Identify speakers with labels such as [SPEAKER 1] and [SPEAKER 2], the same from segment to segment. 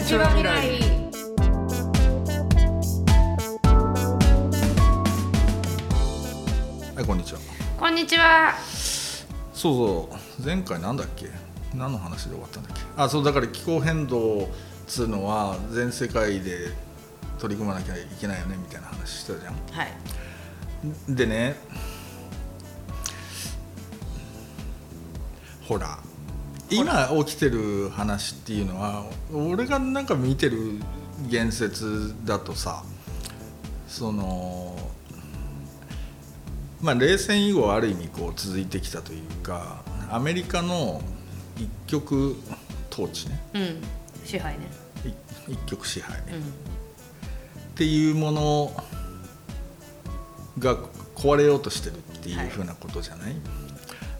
[SPEAKER 1] ちは未来
[SPEAKER 2] はいこんにちは
[SPEAKER 1] こんにちは
[SPEAKER 2] そうそう前回なんだっけ何の話で終わったんだっけあそうだから気候変動っつうのは全世界で取り組まなきゃいけないよねみたいな話したじゃん
[SPEAKER 1] はい
[SPEAKER 2] でねほら今起きてる話っていうのは俺がなんか見てる言説だとさそのまあ冷戦以後ある意味こう続いてきたというかアメリカの一極統治ね
[SPEAKER 1] うん支配ね
[SPEAKER 2] い一極支配
[SPEAKER 1] うん
[SPEAKER 2] っていうものが壊れようとしてるっていうふうなことじゃない、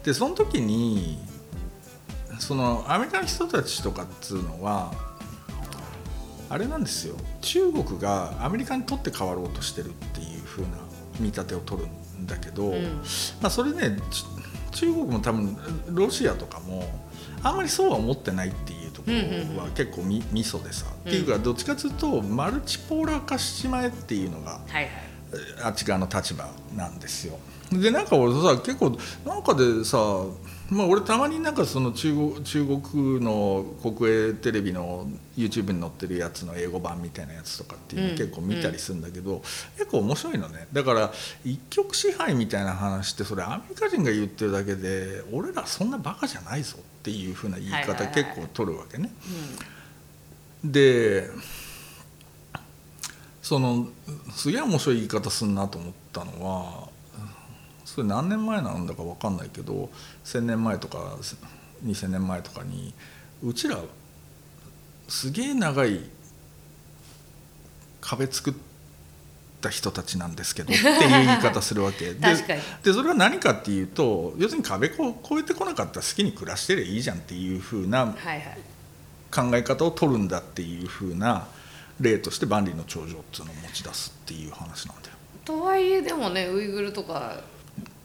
[SPEAKER 2] でその時にそのアメリカの人たちとかっつうのはあれなんですよ中国がアメリカにとって変わろうとしてるっていうふうな見立てを取るんだけど、
[SPEAKER 1] うん
[SPEAKER 2] まあ、それねち中国も多分ロシアとかもあんまりそうは思ってないっていうところは結構み、ミソでさ、っていうかどっちかというとマルチポーラー化しちまえっていうのが
[SPEAKER 1] はいはい
[SPEAKER 2] えあっち側の立場なんですよ。でなんか俺さ結構なんかでさまあ、俺たまになんかその中国中国の国営テレビの YouTube に載ってるやつの英語版みたいなやつとかっていうの
[SPEAKER 1] うん
[SPEAKER 2] 結構見たりするんだけど、結構面白いのねだから一極支配みたいな話ってそれアメリカ人が言ってるだけで俺らそんなバカじゃないぞっていうふうな言い
[SPEAKER 1] はいはい
[SPEAKER 2] 方
[SPEAKER 1] はい
[SPEAKER 2] 結構取るわけね。でそのすげえ面白い言い方すんなと思ったのはそれ何年前なんだか分かんないけど1,000年前とか2,000年前とかにうちらすげえ長い壁作った人たちなんですけどっていう言い方するわ けで
[SPEAKER 1] 確かに
[SPEAKER 2] でそれは何かっていうと要するに壁を越えてこなかったら好きに暮らしてりゃいいじゃんっていう風な
[SPEAKER 1] はいはい
[SPEAKER 2] 考え方を取るんだっていう風な例として万里の長城っていうのを持ち出すっていう話なんだよ。
[SPEAKER 1] とはいえでもねウイグルとか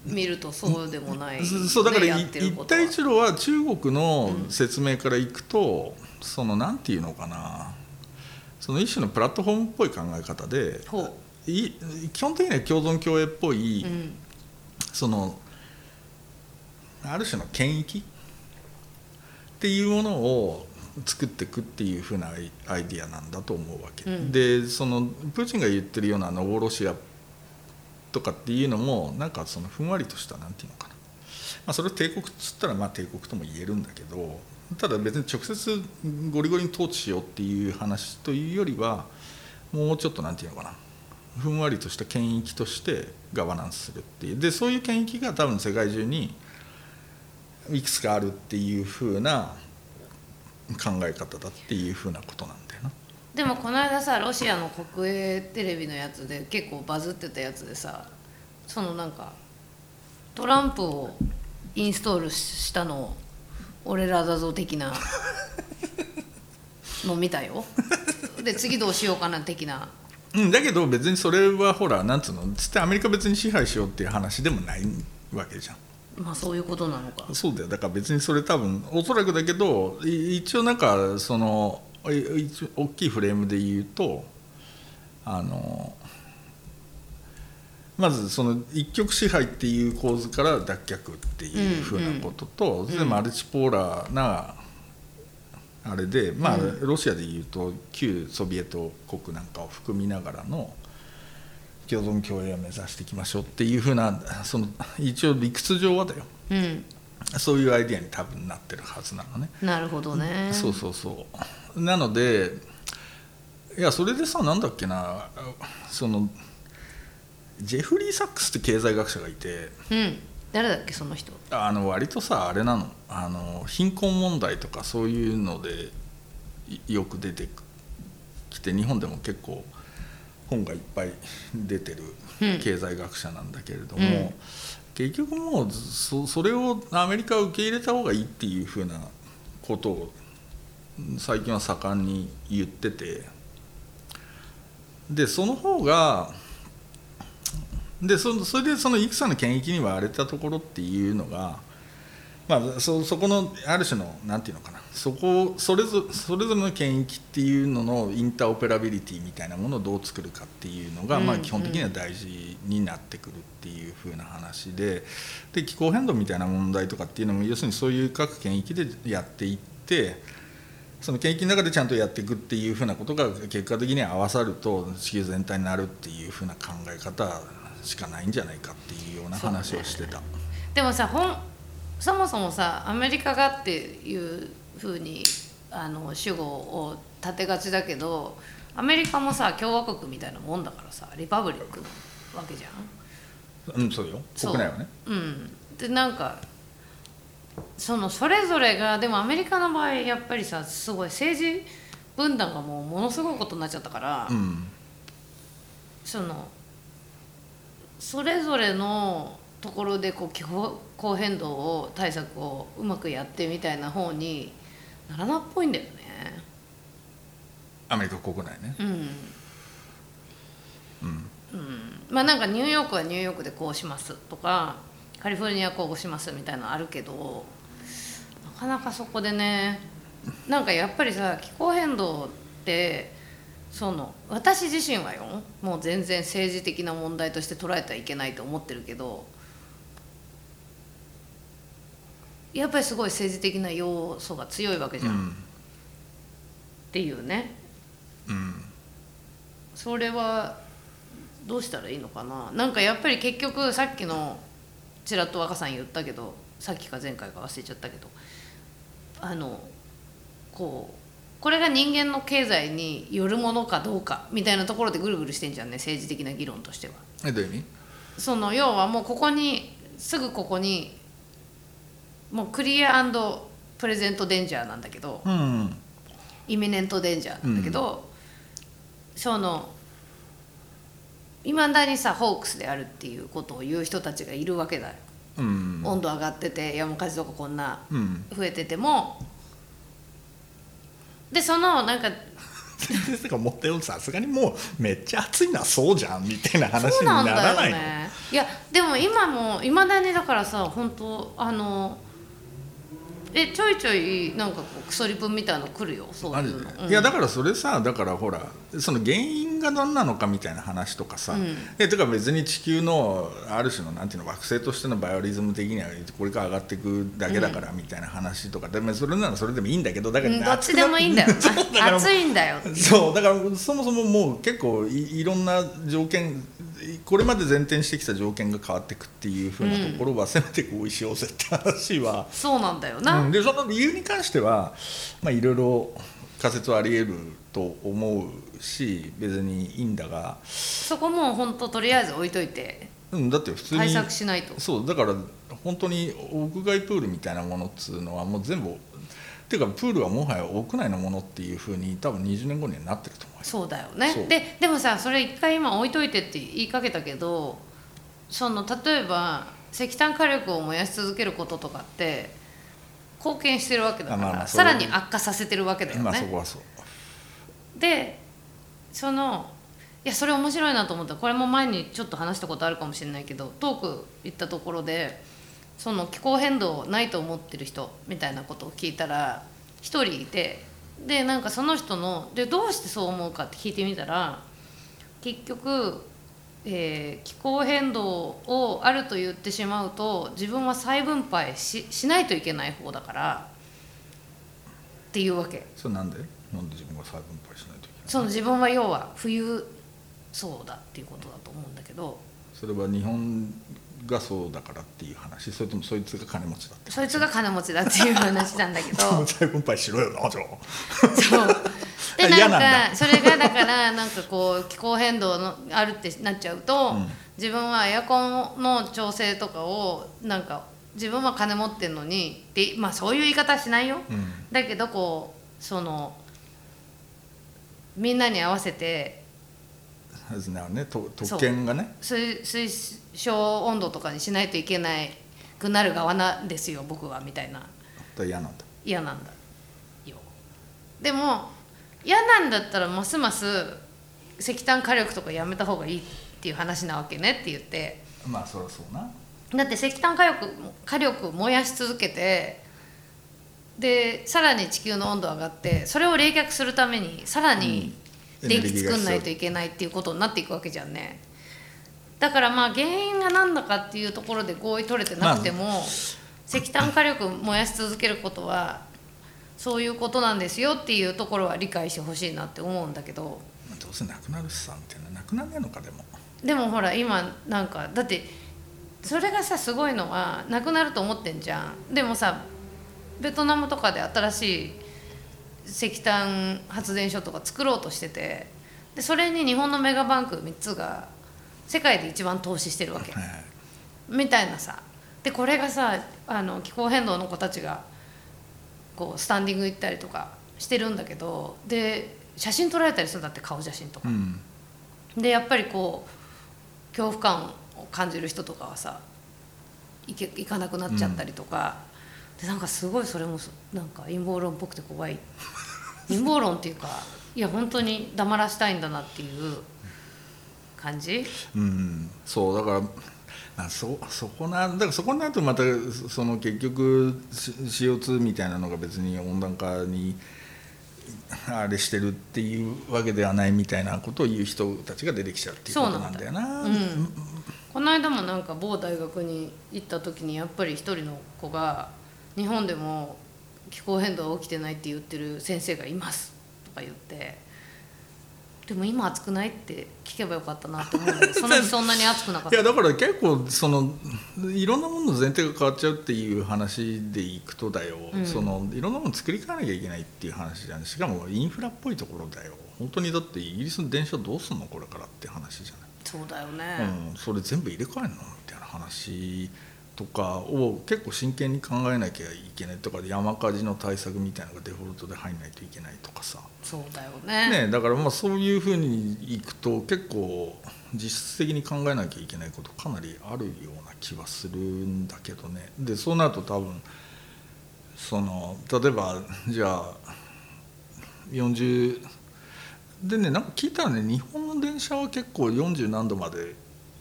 [SPEAKER 1] 見るとそうでもない、ね、
[SPEAKER 2] そうだからい、
[SPEAKER 1] やってる
[SPEAKER 2] 一
[SPEAKER 1] ことは
[SPEAKER 2] 帯一路は中国の説明からいくと、そのなんていうのかなその一種のプラットフォームっぽい考え方で
[SPEAKER 1] ほ
[SPEAKER 2] い基本的には共存共栄っぽい、
[SPEAKER 1] う、うん、
[SPEAKER 2] そのある種の権益っていうものを作っていくっていう風なアイアイディアなんだと思うわけ、
[SPEAKER 1] うん
[SPEAKER 2] でそのプーチンが言ってるようなノボロシアとかっていうのもなんかそのふんわりとしたなんていうのかな、まあ、それを帝国っつったらまあ帝国とも言えるんだけどただ別に直接ゴリゴリに統治しようっていう話というよりはもうちょっとなんていうのかなふんわりとした権益としてガバナンスするっていうでそういう権益が多分世界中にいくつかあるっていう風な考え方だっていう風なことなんだよな。
[SPEAKER 1] でもこの間さロシアの国営テレビのやつで結構バズってたやつでさそのなんかトランプをインストールしたの俺らだぞ的なの見たよで次どうしようかな的な
[SPEAKER 2] うん、だけど別にそれはほらなんつうのつってアメリカ別に支配しようっていう話でもないわけじゃん。
[SPEAKER 1] まあそういうことなのか
[SPEAKER 2] そうだよだから別にそれ多分おそらくだけどい一応なんかそのい一大きいフレームで言うとあのまずその一極支配っていう構図から脱却っていうふうなことと、それでマルチポーラーなあれで、まあロシアで言うと旧ソビエト国なんかを含みながらの共存共栄を目指していきましょうっていうふうなその一応理屈上はだよ
[SPEAKER 1] うん
[SPEAKER 2] そういうアイディアに多分なってるはずなのね。
[SPEAKER 1] なるほどね
[SPEAKER 2] そうそうそうなのでいやそれでさなんだっけなそのジェフリー・サックスって経済学者がいて
[SPEAKER 1] うん誰だっけその人
[SPEAKER 2] あの割とさあれなのあの貧困問題とかそういうのでいよく出てきて日本でも結構本がいっぱい出てる
[SPEAKER 1] うん
[SPEAKER 2] 経済学者なんだけれども、
[SPEAKER 1] うん
[SPEAKER 2] 結局もうそそれをアメリカは受け入れた方がいいっていうふうなことを最近は盛んに言っててでその方がでそそれでその戦の権益に割れたところっていうのがまあ、そそこのある種のなんていうのかなそこをそれぞそれぞれの権益っていうののインターオペラビリティみたいなものをどう作るかっていうのが、
[SPEAKER 1] うん
[SPEAKER 2] まあ、
[SPEAKER 1] うん
[SPEAKER 2] 基本的には大事になってくるっていう風な話でで気候変動みたいな問題とかっていうのも要するにそういう各権益でやっていってその権益の中でちゃんとやっていくっていうふうなことが結果的に合わさると地球全体になるっていうふうな考え方しかないんじゃないかっていうような話をしてた。
[SPEAKER 1] でもさほんそもそもさアメリカがっていうふうにあの主語を立てがちだけどアメリカもさ共和国みたいなもんだからさリパブリックなわけじゃん。
[SPEAKER 2] うん、そうよ
[SPEAKER 1] そう
[SPEAKER 2] 国内はね
[SPEAKER 1] うん、でなんかそのそれぞれがでもアメリカの場合やっぱりさすごい政治分断がもうものすごいことになっちゃったから、
[SPEAKER 2] うん
[SPEAKER 1] そのそれぞれのところでこう気候変動を対策をうまくやってみたいな方にならなっぽいんだよね。
[SPEAKER 2] アメリカ国内ね
[SPEAKER 1] うんうんまあなんかニューヨークはニューヨークでこうしますとかカリフォルニアはこうしますみたいなのあるけどなかなかそこでねなんかやっぱりさ気候変動ってその私自身はよもう全然政治的な問題として捉えてはいけないと思ってるけどやっぱりすごい政治的な要素が強いわけじ
[SPEAKER 2] う
[SPEAKER 1] ゃん、っ
[SPEAKER 2] ん
[SPEAKER 1] ていうね
[SPEAKER 2] うん
[SPEAKER 1] それはどうしたらいいのかななんかやっぱり結局さっきのちらっと若さん言ったけどさっきか前回か忘れちゃったけどあのこうこれが人間の経済によるものかどうかみたいなところでぐるぐるしてんじゃんね政治的な議論としては。
[SPEAKER 2] えどういう意味
[SPEAKER 1] その要はもうここにすぐここにもうクリアプレゼントデンジャーなんだけど
[SPEAKER 2] うん
[SPEAKER 1] イミネントデンジャーなんだけど、そのいまだにさホークスであるっていうことを言う人たちがいるわけだよ、
[SPEAKER 2] うん
[SPEAKER 1] 温度上がってて山火事とかこんな
[SPEAKER 2] うん
[SPEAKER 1] 増えててもでそのなんか
[SPEAKER 2] ですからもってよさすがにもうめっちゃ暑いのはそうじゃんみたいな話
[SPEAKER 1] そう
[SPEAKER 2] にな
[SPEAKER 1] なん
[SPEAKER 2] らな
[SPEAKER 1] だ
[SPEAKER 2] い
[SPEAKER 1] よ
[SPEAKER 2] の
[SPEAKER 1] ねいやでも今もいまだにだからさ本当あのえちょいちょいなんかこうクソリプみたいの来るよそう
[SPEAKER 2] マ
[SPEAKER 1] い
[SPEAKER 2] ジ
[SPEAKER 1] う
[SPEAKER 2] で
[SPEAKER 1] の、うん
[SPEAKER 2] いやだからそれさだからほらその原因が何なのかみたいな話とかさ、
[SPEAKER 1] うん
[SPEAKER 2] えてか別に地球のある種のなんていうの惑星としてのバイオリズム的にはこれから上がっていくだけだからみたいな話とか、でもそれならそれでもいいんだけどだか
[SPEAKER 1] うん
[SPEAKER 2] ら
[SPEAKER 1] どっちでもいいんだよ
[SPEAKER 2] 暑くなそうだか
[SPEAKER 1] な
[SPEAKER 2] ら
[SPEAKER 1] 暑いんだよ
[SPEAKER 2] そうだからそもそももう結構いいろんな条件いこれまで前提にしてきた条件が変わっていくっていうふうなところは、せめて合意しようぜって話は、
[SPEAKER 1] そうなんだよな、
[SPEAKER 2] うんでその理由に関してはまあいろいろ仮説はあり得ると思うし別にいいんだが、
[SPEAKER 1] そこもう本当とりあえず置いといて
[SPEAKER 2] うん、だって普通に
[SPEAKER 1] 対策しないと
[SPEAKER 2] そうだから本当に屋外プールみたいなものっつうのはもう全部っていうかプールはもはや屋内のものっていうふうに多分20年後にはなってると思うよ
[SPEAKER 1] そうだよね
[SPEAKER 2] そう
[SPEAKER 1] ででもさそれ一回今置いといてって言いかけたけどその例えば石炭火力を燃やし続けることとかって貢献してるわけだから、
[SPEAKER 2] あまあまあそ
[SPEAKER 1] さ
[SPEAKER 2] れ
[SPEAKER 1] らに悪化させてるわけだよね、
[SPEAKER 2] まあそこはそう。
[SPEAKER 1] でそのいやそれ面白いなと思ったこれも前にちょっと話したことあるかもしれないけどトーク行ったところでその気候変動ないと思ってる人みたいなことを聞いたら一人いてでなんかその人のでどうしてそう思うかって聞いてみたら結局、えー気候変動をあると言ってしまうと自分は再分配ししないといけない方だからっていうわけ。
[SPEAKER 2] それなんでなんで自分が再分配しないといけない
[SPEAKER 1] その自分は要は冬そうだっていうことだと思うんだけど
[SPEAKER 2] それは日本がそうだからっていう話それともそいつが金持ちだって
[SPEAKER 1] そいつが金持ちだっていう話なん だけどそう
[SPEAKER 2] 再分配しろよなじゃあ
[SPEAKER 1] でな
[SPEAKER 2] 嫌
[SPEAKER 1] んか
[SPEAKER 2] なん
[SPEAKER 1] それがだからなんかこう気候変動のあるってなっちゃうと、
[SPEAKER 2] うん
[SPEAKER 1] 自分はエアコンの調整とかをなんか自分は金持ってんのにってまあそういう言い方はしないよ、
[SPEAKER 2] うん
[SPEAKER 1] だけどこうそのみんなに合わせて
[SPEAKER 2] そうですねねと
[SPEAKER 1] そう
[SPEAKER 2] 特権がね
[SPEAKER 1] 水水晶温度とかにしないといけないくなる側なんですよ僕はみたいな
[SPEAKER 2] だから嫌なんだ
[SPEAKER 1] 嫌なんだよでも嫌なんだったらますます石炭火力とかやめた方がいいっていう話なわけねって言って
[SPEAKER 2] まあそりゃそうな
[SPEAKER 1] だって石炭火力火力を燃やし続けてでさらに地球の温度上がってそれを冷却するためにさらに
[SPEAKER 2] うんエネ
[SPEAKER 1] 電
[SPEAKER 2] ルギ
[SPEAKER 1] 気
[SPEAKER 2] ーが必要
[SPEAKER 1] 作んないといけないっていうことになっていくわけじゃんねだからまあ原因が何だかっていうところで合意取れてなくても、石炭火力燃やし続けることはそういうことなんですよっていうところは理解してほしいなって思うんだけど
[SPEAKER 2] まあどうせなくなるしさみたいななくなんねえのかでも
[SPEAKER 1] でもほら今なんかだってそれがさすごいのはなくなると思ってんじゃんでもさベトナムとかで新しい石炭発電所とか作ろうとしててでそれに日本のメガバンク3つが世界で一番投資してるわけ
[SPEAKER 2] はいはい
[SPEAKER 1] みたいなさでこれがさあの気候変動の子たちがこうスタンディング行ったりとかしてるんだけどで写真撮られたりするんだって顔写真とか
[SPEAKER 2] う。ん
[SPEAKER 1] でやっぱりこう恐怖感を感じる人とかはさ行け行かなくなっちゃったりとか、でなんかすごいそれもそなんか陰謀論っぽくて怖い陰謀論っていうかいや本当に黙らしたいんだなっていう感じ
[SPEAKER 2] うんそうだからまあそそこなだからそこになるとまたそその結局し CO2 みたいなのが別に温暖化にあれしてるっていうわけではないみたいなことを言う人たちが出てきちゃうっていうことなんだよな
[SPEAKER 1] そうなんだうんこの間もなんか某大学に行った時にやっぱり一人の子が「日本でも気候変動は起きてないって言ってる先生がいます」とか言って「でも今暑くない?」って聞けばよかったなって思うんだけどその日そんなに暑くなかっ
[SPEAKER 2] い
[SPEAKER 1] た
[SPEAKER 2] やだから結構そのいろんなものの前提が変わっちゃうっていう話でいくとだよ、
[SPEAKER 1] うん
[SPEAKER 2] そのいろんなもの作り変えなきゃいけないっていう話じゃんしかもインフラっぽいところだよ本当にだってイギリスの電車どうすんのこれからって話じゃない
[SPEAKER 1] そうだよ
[SPEAKER 2] う
[SPEAKER 1] ね、
[SPEAKER 2] ん、それ全部入れ替えるのみたいな話とかを結構真剣に考えなきゃいけないとか山火事の対策みたいなのがデフォルトで入んないといけないとかさ、
[SPEAKER 1] そうだよね
[SPEAKER 2] ね、だからまあそういうふうにいくと結構実質的に考えなきゃいけないことかなりあるような気はするんだけどねでそうなると多分その例えばじゃあ40でねなんか聞いたらね日本の電車は結構40何度まで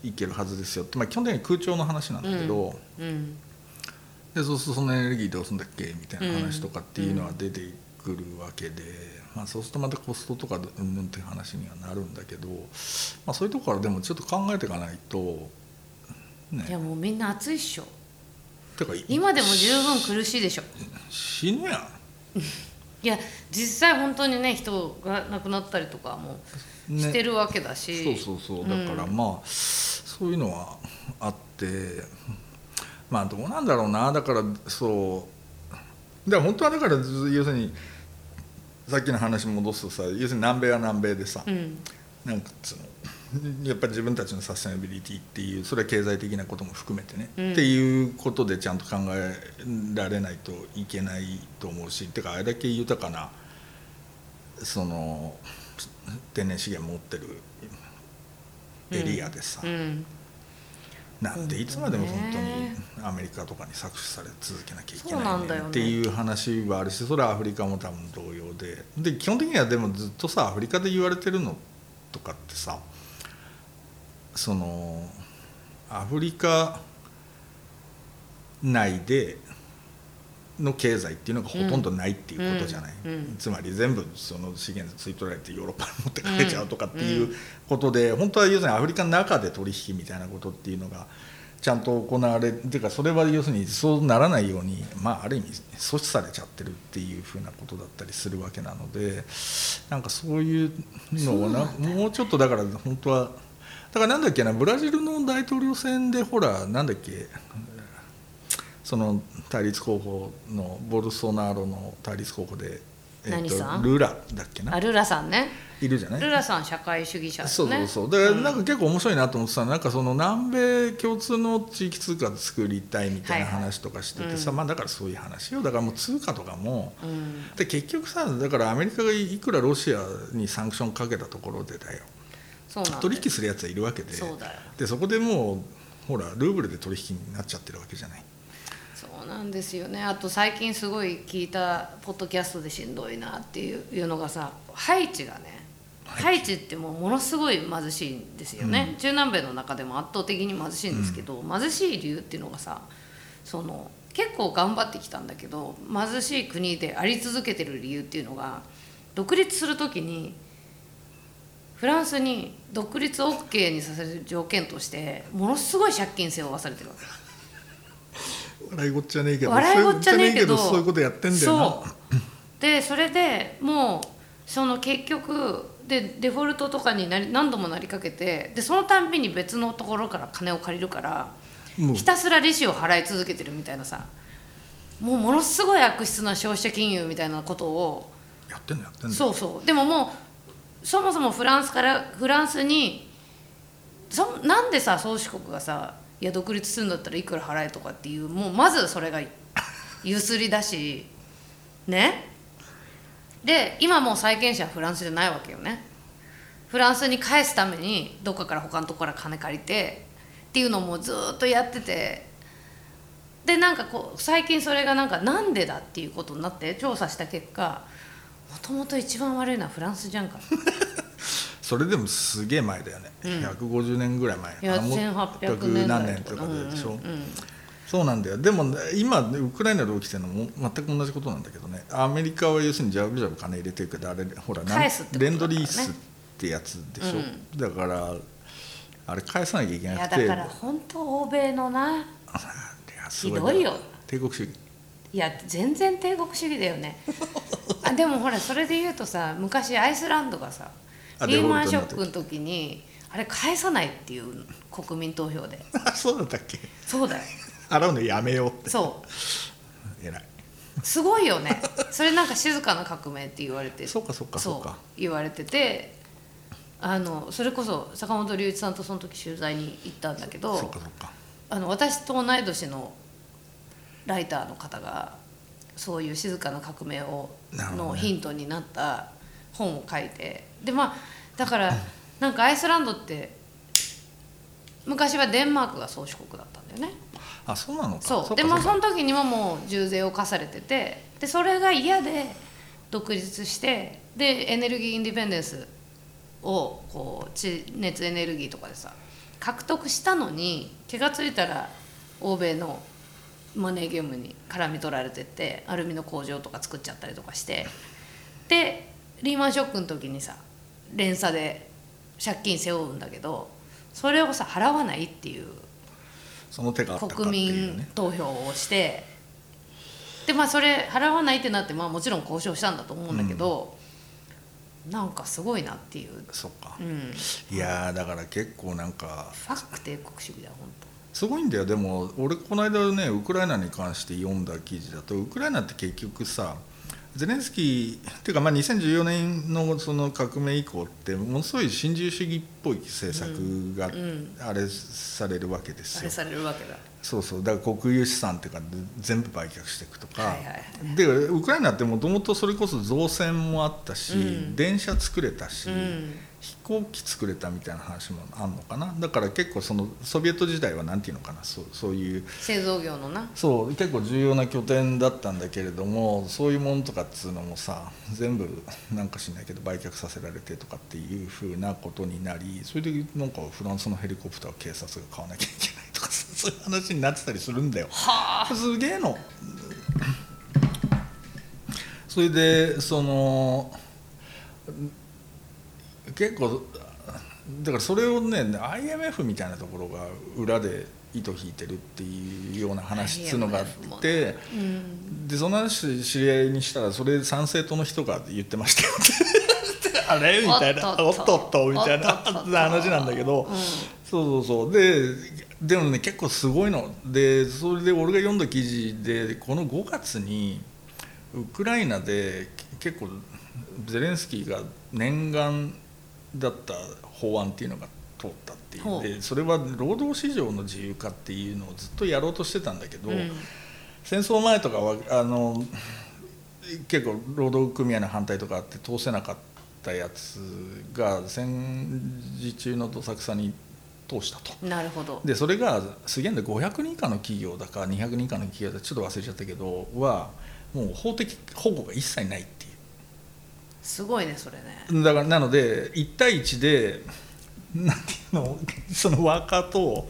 [SPEAKER 2] 行けるはずですよって、まあ、基本的に空調の話なんだけど、
[SPEAKER 1] うん
[SPEAKER 2] でそうするとそのエネルギーどうするんだっけみたいな話とかっていうのは出てくるわけで、まあ、そうするとまたコストとかうんぬんっていう話にはなるんだけど、まあ、そういうとこからでもちょっと考えていかないと
[SPEAKER 1] いや
[SPEAKER 2] ね
[SPEAKER 1] もうみんな暑いっしょ
[SPEAKER 2] てか
[SPEAKER 1] 今でも十分苦しいでしょ
[SPEAKER 2] 死ぬやん
[SPEAKER 1] いや実際本当にね人が亡くなったりとかも
[SPEAKER 2] ね
[SPEAKER 1] してるわけだし、
[SPEAKER 2] そうそうそうだからまあ、そういうのはあってまあどうなんだろうなだからそうだから本当はだからず要するにさっきの話戻すとさ要するに南米は南米でさ、
[SPEAKER 1] うん
[SPEAKER 2] なんかそのやっぱり自分たちの サステナビリティっていうそれは経済的なことも含めてね、
[SPEAKER 1] うん
[SPEAKER 2] っていうことでちゃんと考えられないといけないと思うしてかあれだけ豊かなその天然資源持ってるエリアでさ、
[SPEAKER 1] うん
[SPEAKER 2] なんでいつまでも本当
[SPEAKER 1] ね
[SPEAKER 2] にアメリカとかに搾取され続けなきゃいけ
[SPEAKER 1] そうなん
[SPEAKER 2] な
[SPEAKER 1] だ
[SPEAKER 2] いね
[SPEAKER 1] よね
[SPEAKER 2] っていう話はあるしそれはアフリカも多分同様でで基本的にはでもずっとさアフリカで言われてるのとかってさそのアフリカ内での経済っていうのがほとんどないっていうことじゃない、
[SPEAKER 1] うんうん
[SPEAKER 2] つまり全部その資源吸い取られてヨーロッパに持ってかれちゃうとかっていうことで、本当は要するにアフリカの中で取引みたいなことっていうのがちゃんと行われていうかそれは要するにそうならないように、まあ、ある意味阻止されちゃってるっていうふうなことだったりするわけなのでなんかそういうのをなもうちょっとだから本当はだからなんだっけなブラジルの大統領選でほらなんだっけその対立候補のボルソナロの対立候補で、
[SPEAKER 1] 何さん
[SPEAKER 2] ルラだっけな
[SPEAKER 1] あルラさんね
[SPEAKER 2] いるじゃない
[SPEAKER 1] ルラさん社会主義者です
[SPEAKER 2] そう
[SPEAKER 1] ね
[SPEAKER 2] そうそうだからなんか結構面白いなと思ってたのなんかその南米共通の地域通貨作りたいみたいな
[SPEAKER 1] はいはい
[SPEAKER 2] 話とかしててさ、まあだからそういう話よだからもう通貨とかも
[SPEAKER 1] うん
[SPEAKER 2] で結局さだからアメリカがいくらロシアにサンクションかけたところでだよ
[SPEAKER 1] そうなんだよ
[SPEAKER 2] 取引するやつはいるわけで
[SPEAKER 1] そうだよ
[SPEAKER 2] でそこでもうほらルーブルで取引になっちゃってるわけじゃない
[SPEAKER 1] そうなんですよねあと最近すごい聞いたポッドキャストでしんどいなっていうのがさハイチがねハイチってもうものすごい貧しいんですよね、中南米の中でも圧倒的に貧しいんですけど、貧しい理由っていうのがさその結構頑張ってきたんだけど貧しい国であり続けてる理由っていうのが独立する時にフランスに独立 OK にさせる条件としてものすごい借金背負わされてるわけ
[SPEAKER 2] 笑いごっちゃねえけど
[SPEAKER 1] 笑いごっちゃねえけど
[SPEAKER 2] そういうことやってんだよな
[SPEAKER 1] そうでそれでもうその結局でデフォルトとかになり何度もなりかけてでそのたんびに別のところから金を借りるから
[SPEAKER 2] もう
[SPEAKER 1] ひたすら利子を払い続けてるみたいなさもうものすごい悪質な消費者金融みたいなことを
[SPEAKER 2] やってんのやってんの
[SPEAKER 1] そうそうでももうそもそもフランスからフランスにそなんでさ宗主国がさいや独立するんだったらいくら払えとかっていうもうまずそ れがゆすりだしねで今もう債権者はフランスじゃないわけよねフランスに返すためにどっかから他のとこから金借りてっていうのをもうずーっとやっててでなんかこう最近それがなんかなんでだっていうことになって調査した結果もともと一番悪いのはフランスじ ゃんか
[SPEAKER 2] それでもすげえ前だよね、150年ぐらい前
[SPEAKER 1] いや
[SPEAKER 2] もう
[SPEAKER 1] 1800年
[SPEAKER 2] 何
[SPEAKER 1] 代
[SPEAKER 2] 年
[SPEAKER 1] と
[SPEAKER 2] と
[SPEAKER 1] か
[SPEAKER 2] か
[SPEAKER 1] うんうん
[SPEAKER 2] ででしょ、
[SPEAKER 1] うん
[SPEAKER 2] そうなんだよでもね今ウクライナで起きてるのも全く同じことなんだけどねアメリカは要するにジャブジャブ金入れてるけどあれほらなん
[SPEAKER 1] 返すってことだ
[SPEAKER 2] レ
[SPEAKER 1] からね
[SPEAKER 2] ンドリースってやつでしょ、だからあれ返さなきゃいけ
[SPEAKER 1] い
[SPEAKER 2] な
[SPEAKER 1] や
[SPEAKER 2] く
[SPEAKER 1] だ
[SPEAKER 2] て
[SPEAKER 1] から本当欧米のな
[SPEAKER 2] あれはすごな
[SPEAKER 1] ひどいよ
[SPEAKER 2] 帝国主義
[SPEAKER 1] いや全然帝国主義だよねあでもほらそれで言うとさ昔アイスランドがさ
[SPEAKER 2] あ
[SPEAKER 1] リーマンショ
[SPEAKER 2] デフ
[SPEAKER 1] ッ
[SPEAKER 2] ォ
[SPEAKER 1] クの時にあれ返さないっていう国民投票で
[SPEAKER 2] そうだったっけ
[SPEAKER 1] そ うだよ
[SPEAKER 2] 洗うのやめようって
[SPEAKER 1] そう
[SPEAKER 2] 偉い
[SPEAKER 1] すごいよねそれなんか静かな革命って言われて
[SPEAKER 2] そうかそうかそうか
[SPEAKER 1] 言われててあのそれこそ坂本龍一さんとその時取材に行ったんだけど
[SPEAKER 2] そうかそうか
[SPEAKER 1] あの私と同い年のライターの方がそういう静かな革命を
[SPEAKER 2] なるほどね
[SPEAKER 1] のヒントになった本を書いてでまあだからなんかアイスランドって昔はデンマークが宗主国だったんだよね。
[SPEAKER 2] あそうなのか
[SPEAKER 1] そう
[SPEAKER 2] か
[SPEAKER 1] でまあ
[SPEAKER 2] か
[SPEAKER 1] その時にももう重税を課されててでそれが嫌で独立してでエネルギーインディペンデンスをこう地熱エネルギーとかでさ獲得したのに気が付いたら欧米のマネーゲームに絡み取られてってアルミの工場とか作っちゃったりとかしてでリーマンショックの時にさ連鎖で借金背負うんだけどそれをさ払わないっていう
[SPEAKER 2] その手があったかって
[SPEAKER 1] 国
[SPEAKER 2] いう
[SPEAKER 1] 民
[SPEAKER 2] ね
[SPEAKER 1] 投票をしてでまあそれ払わないってなって、まあ、もちろん交渉したんだと思うんだけど、なんかすごいなっていう、
[SPEAKER 2] そっか
[SPEAKER 1] うん、
[SPEAKER 2] いやーだから結構なんか
[SPEAKER 1] ファック帝国主義だよ本
[SPEAKER 2] すごいんだよでも俺この間ねウクライナに関して読んだ記事だとウクライナって結局さゼレンスキーっていうかまあ2014年のその革命以降ってものすごい新自由主義っぽい政策があれされるわけで
[SPEAKER 1] 当あ
[SPEAKER 2] す
[SPEAKER 1] れ
[SPEAKER 2] よ。
[SPEAKER 1] されるわけだ
[SPEAKER 2] そうそうだから国有資産っていうか全部売却していくとか、
[SPEAKER 1] はいはいは
[SPEAKER 2] でウクライナってもともとそれこそ造船もあったし、
[SPEAKER 1] うん
[SPEAKER 2] 電車作れたし、
[SPEAKER 1] うん
[SPEAKER 2] 飛行機作れたみたいな話もあんのかなだから結構そのソビエト時代はなんていうのかなそうそういう
[SPEAKER 1] 製造業のな
[SPEAKER 2] そう結構重要な拠点だったんだけれどもそういうものとかっつうのもさ全部なんかしないけど売却させられてとかっていうふうなことになりそれでなんかフランスのヘリコプターを警察が買わなきゃいけないとかさそういう話になってたりするんだよ。
[SPEAKER 1] はあ
[SPEAKER 2] すげえのそれでその結構だからそれをね IMF みたいなところが裏で糸引いてるっていうような話っつうのがあっ
[SPEAKER 1] IMF も
[SPEAKER 2] て
[SPEAKER 1] うん
[SPEAKER 2] でその話知り合いにしたらそれ参政党の人が言ってましたよって あれみたいな
[SPEAKER 1] お
[SPEAKER 2] お
[SPEAKER 1] っ
[SPEAKER 2] っ
[SPEAKER 1] と
[SPEAKER 2] と
[SPEAKER 1] っ
[SPEAKER 2] っ
[SPEAKER 1] と
[SPEAKER 2] とみたいな
[SPEAKER 1] おっとっと
[SPEAKER 2] 話なんだけど、
[SPEAKER 1] うん
[SPEAKER 2] そうそうそうででもね結構すごいのでそれで俺が読んだ記事でこの5月にウクライナでけ結構ゼレンスキーが念願だった法案っていうのが通ったってい
[SPEAKER 1] ほ
[SPEAKER 2] う
[SPEAKER 1] う
[SPEAKER 2] でそれは労働市場の自由化っていうのをずっとやろうとしてたんだけど、
[SPEAKER 1] うん
[SPEAKER 2] 戦争前とかはあの結構労働組合の反対とかあって通せなかったやつが戦時中のどさくさに通したと。
[SPEAKER 1] なるほど
[SPEAKER 2] でそれがすげえんで500人以下の企業だか200人以下の企業だかちょっと忘れちゃったけどはもう法的保護が一切ないっていう
[SPEAKER 1] すごいねそれね
[SPEAKER 2] だからなので1対1でなんていうのそのワーカーと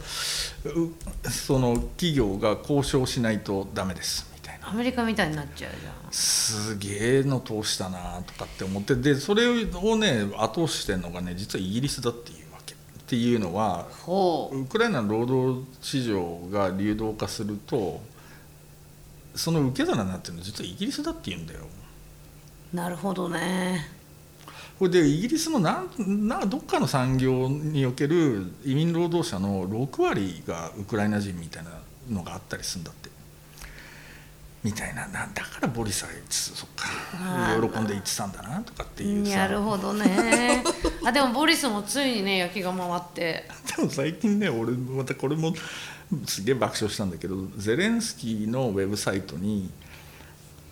[SPEAKER 2] うその企業が交渉しないとダメですみたいな
[SPEAKER 1] アメリカみたいになっちゃうじゃん
[SPEAKER 2] すげえの通したなとかって思ってでそれをね後押ししてるのがね実はイギリスだっていうわけっていうのは
[SPEAKER 1] ほう
[SPEAKER 2] ウクライナの労働市場が流動化するとその受け皿になってるの実はイギリスだって言うんだよ
[SPEAKER 1] なるほどね
[SPEAKER 2] これでイギリスのなんなどっかの産業における移民労働者の6割がウクライナ人みたいなのがあったりするんだってみたいななだからボリスは言ってそっか
[SPEAKER 1] あー
[SPEAKER 2] 喜んで言ってたんだなとかっていう
[SPEAKER 1] な
[SPEAKER 2] さ
[SPEAKER 1] るほ どねあでもボリスもついにね焼きが回って
[SPEAKER 2] でも最近ね俺またこれもすげえ爆笑したんだけどゼレンスキーのウェブサイトに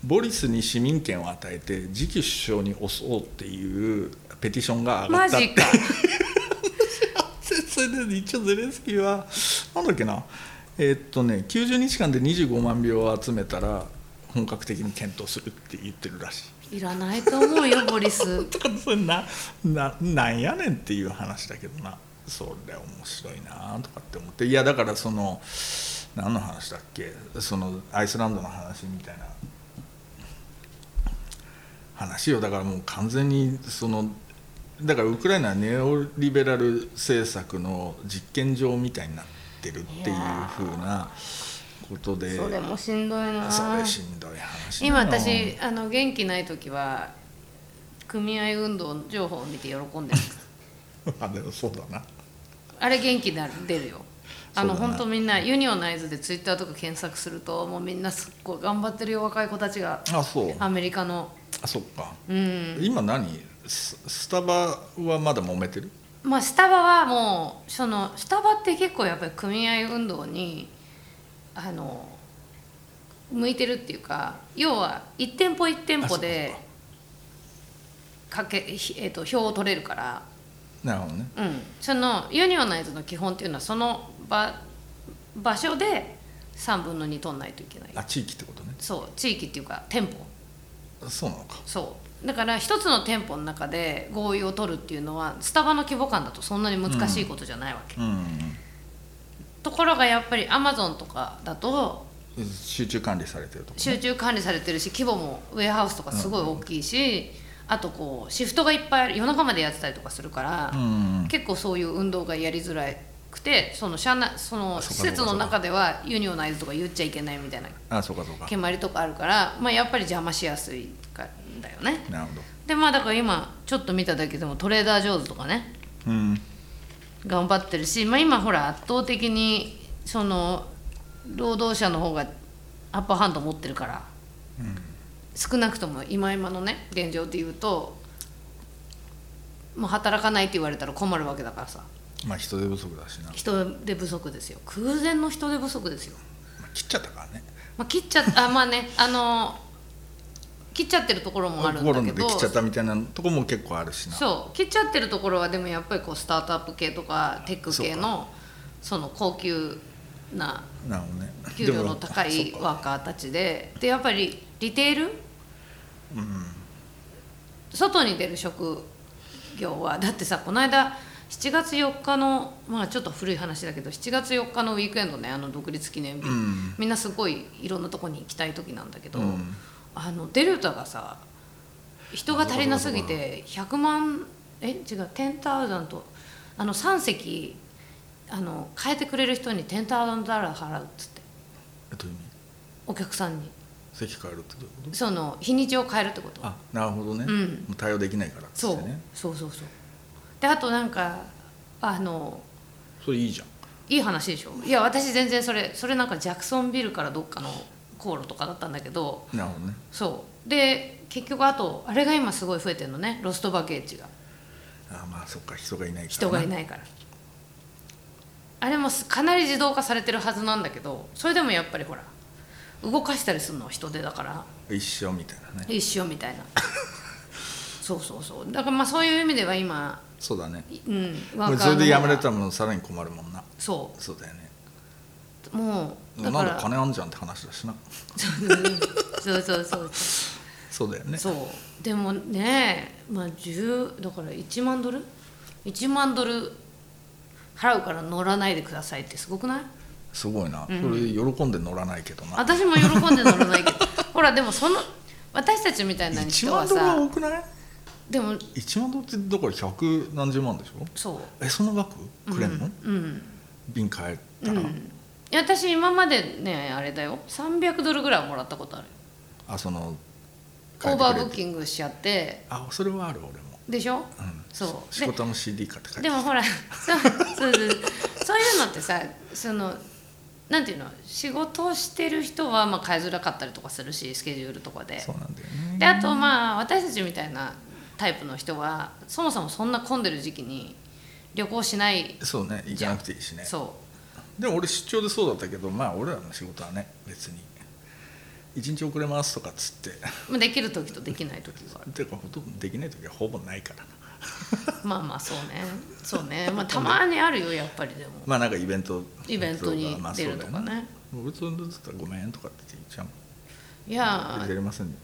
[SPEAKER 2] ボリスに市民権を与えて次期首相に押そうっていうペティションが上が
[SPEAKER 1] マ
[SPEAKER 2] ったって
[SPEAKER 1] ジか
[SPEAKER 2] それで一応ゼレンスキーはなんだっけなえーっとね90日間で25万票を集めたら本格的に検討するって言ってるらしい
[SPEAKER 1] いらないと思うよボリス
[SPEAKER 2] だからそれなななんやねんっていう話だけどなそれ面白いなとかって思っていやだからその何の話だっけそのアイスランドの話みたいな話をだからもう完全にそのだからウクライナはネオリベラル政策の実験場みたいになってるっていうふうなことで
[SPEAKER 1] それもしんどいな
[SPEAKER 2] それしんどい話
[SPEAKER 1] 今
[SPEAKER 2] なの
[SPEAKER 1] 私あの元気ない時は組合運動情報を見て喜んでる
[SPEAKER 2] あでもそうだな
[SPEAKER 1] あれ元気になる出るよあの
[SPEAKER 2] そうだな
[SPEAKER 1] 本当みんなユニオンナイズでツイッターとか検索するともうみんなすっごい頑張ってるよ若い子たちが
[SPEAKER 2] あそう
[SPEAKER 1] アメリカの
[SPEAKER 2] あそっか
[SPEAKER 1] うん
[SPEAKER 2] 今何ススタバはまだ揉めてる
[SPEAKER 1] まあスタバはもうそのスタバって結構やっぱり組合運動にあの向いてるっていうか要は1店舗1店舗でかけ、ひえー、と票を取れるから、
[SPEAKER 2] なるほどね
[SPEAKER 1] うん、そのユニオンナイズの基本っていうのはその場場所で3分の2取んないといけない
[SPEAKER 2] あ地域ってことね
[SPEAKER 1] そう地域っていうか店舗
[SPEAKER 2] そうなのか
[SPEAKER 1] そうだから一つの店舗の中で合意を取るっていうのはスタバの規模感だとそんなに難しいことじゃないわけ。
[SPEAKER 2] うん
[SPEAKER 1] ところがやっぱりアマゾンとかだと
[SPEAKER 2] 集中管理されてるとこ、
[SPEAKER 1] 集
[SPEAKER 2] ね、
[SPEAKER 1] 中管理されてるし規模もウェアハウスとかすごい大きいし、あとこうシフトがいっぱいある夜中までやってたりとかするから
[SPEAKER 2] う、ん
[SPEAKER 1] 結構そういう運動がやりづらくてその社内その
[SPEAKER 2] そうか
[SPEAKER 1] 施設の中ではユニオナイズとか言っちゃいけないみたいな
[SPEAKER 2] あそうかそうか
[SPEAKER 1] 決まりとかあるから、まあ、やっぱり邪魔しやすいかだよね。
[SPEAKER 2] なるほど
[SPEAKER 1] でまあだから今ちょっと見ただけでもトレーダー・ジョーズとかね
[SPEAKER 2] うん
[SPEAKER 1] 頑張ってるし、まあ、今ほら圧倒的にその労働者の方がアッパーハンド持ってるから、少なくとも今今のね現状で言うともう働かないって言われたら困るわけだからさ
[SPEAKER 2] まあ人手不足だしな、ま
[SPEAKER 1] 人手不足ですよ空前の人手不足ですよ、
[SPEAKER 2] あ切っちゃったからね
[SPEAKER 1] まあ、切っちゃっあまあねあの切っちゃってるところもあるん
[SPEAKER 2] コロ
[SPEAKER 1] だ
[SPEAKER 2] ナ
[SPEAKER 1] け
[SPEAKER 2] で
[SPEAKER 1] ど
[SPEAKER 2] 切っちゃったみたいなとこも結構あるしな
[SPEAKER 1] そう切っちゃってるところはでもやっぱりこうスタートアップ系とかテック系のその高級な
[SPEAKER 2] なるほどね
[SPEAKER 1] 給料の高
[SPEAKER 2] でもあ
[SPEAKER 1] い
[SPEAKER 2] そうか
[SPEAKER 1] ワーカーたちででやっぱりリテール、外に出る職業はだってさこの間7月4日のまあちょっと古い話だけど7月4日のウィークエンドねあの独立記念日、
[SPEAKER 2] うん
[SPEAKER 1] みんなすごいいろんなとこに行きたい時なんだけど、
[SPEAKER 2] うん
[SPEAKER 1] あのデルタがさ人が足りなすぎて100万え違う10,000とあの3席あの変えてくれる人に10,000ドル払うっつって
[SPEAKER 2] えっと
[SPEAKER 1] お客さんに
[SPEAKER 2] 席変えるってどういうこと
[SPEAKER 1] その日にちを変えるってこと
[SPEAKER 2] あなるほどね、
[SPEAKER 1] うん
[SPEAKER 2] もう対応できないからっつ
[SPEAKER 1] そ
[SPEAKER 2] っ
[SPEAKER 1] う
[SPEAKER 2] てね
[SPEAKER 1] そうそうそうであとなんかあの
[SPEAKER 2] それいいじゃん
[SPEAKER 1] いい話でしょいや私全然それそれなんかジャクソンビルからどっかの航路とかだったんだけど
[SPEAKER 2] なるほどね
[SPEAKER 1] そうで結局あとあれが今すごい増えてるのねロストバゲージが
[SPEAKER 2] あまあそっか人がいないから
[SPEAKER 1] 人がい
[SPEAKER 2] い
[SPEAKER 1] ないからあれもすかなり自動化されてるはずなんだけどそれでもやっぱりほら動かしたりするのは人手だから
[SPEAKER 2] 一緒みたいなね
[SPEAKER 1] 一緒みたいなそうそうそうだからまあそういう意味では今
[SPEAKER 2] そうだね
[SPEAKER 1] うん、
[SPEAKER 2] もう
[SPEAKER 1] カー
[SPEAKER 2] そ
[SPEAKER 1] の
[SPEAKER 2] れで
[SPEAKER 1] 方が
[SPEAKER 2] やめれたらもうさらに困るもんな
[SPEAKER 1] そ
[SPEAKER 2] そうだよね
[SPEAKER 1] うもう
[SPEAKER 2] な
[SPEAKER 1] だ
[SPEAKER 2] ん
[SPEAKER 1] か
[SPEAKER 2] で
[SPEAKER 1] ら
[SPEAKER 2] 金あんじゃんって話だしな
[SPEAKER 1] そうそうそうそう
[SPEAKER 2] そうだよね
[SPEAKER 1] そうでもねまあ10だから1万ドル1万ドル払うから乗らないでくださいってすごくない
[SPEAKER 2] すごいな、それ喜んで乗らないけどな
[SPEAKER 1] 私も喜んで乗ら ないけどほらでもその私たちみたいな
[SPEAKER 2] 1
[SPEAKER 1] 人
[SPEAKER 2] 万
[SPEAKER 1] は
[SPEAKER 2] ドルは
[SPEAKER 1] さ
[SPEAKER 2] 多くない
[SPEAKER 1] でも
[SPEAKER 2] 1万ドルってだから100何十万でしょ
[SPEAKER 1] そ
[SPEAKER 2] えその額くれんの、
[SPEAKER 1] ううん
[SPEAKER 2] 瓶買えたら、
[SPEAKER 1] いや私今までねあれだよ300ドルぐらいはもらったことあるよ
[SPEAKER 2] あその
[SPEAKER 1] オーバーブッ
[SPEAKER 2] ング
[SPEAKER 1] キングしちゃって
[SPEAKER 2] あそれはある俺も、
[SPEAKER 1] でしょ
[SPEAKER 2] うん、
[SPEAKER 1] そう
[SPEAKER 2] 仕事の CD 買って帰って
[SPEAKER 1] でもほらそうそうそうそういうのってさそのなんていうの仕事をしてる人はまあ買いづらかったりとかするしスケジュールとかで
[SPEAKER 2] そうなんだよね
[SPEAKER 1] であとまあ私たちみたいなタイプの人はそもそもそんな混んでる時期に旅行しない、
[SPEAKER 2] そうね行かなくていいしね
[SPEAKER 1] そ
[SPEAKER 2] でも俺出張でそうだったけどまあ俺らの仕事はね別に1日遅れますとかっつって
[SPEAKER 1] うまあできる時とできない時がある
[SPEAKER 2] てかほとんどできない時はほぼないからな
[SPEAKER 1] まあまあそうねそうねまあたまにあるよやっぱりでも
[SPEAKER 2] まあなんかイベント
[SPEAKER 1] イベントに
[SPEAKER 2] まあ
[SPEAKER 1] 出るとか
[SPEAKER 2] そうだよ
[SPEAKER 1] ね
[SPEAKER 2] 俺とだったらごめんとかって言っちゃうも
[SPEAKER 1] いや
[SPEAKER 2] ん
[SPEAKER 1] ー
[SPEAKER 2] 出れませんね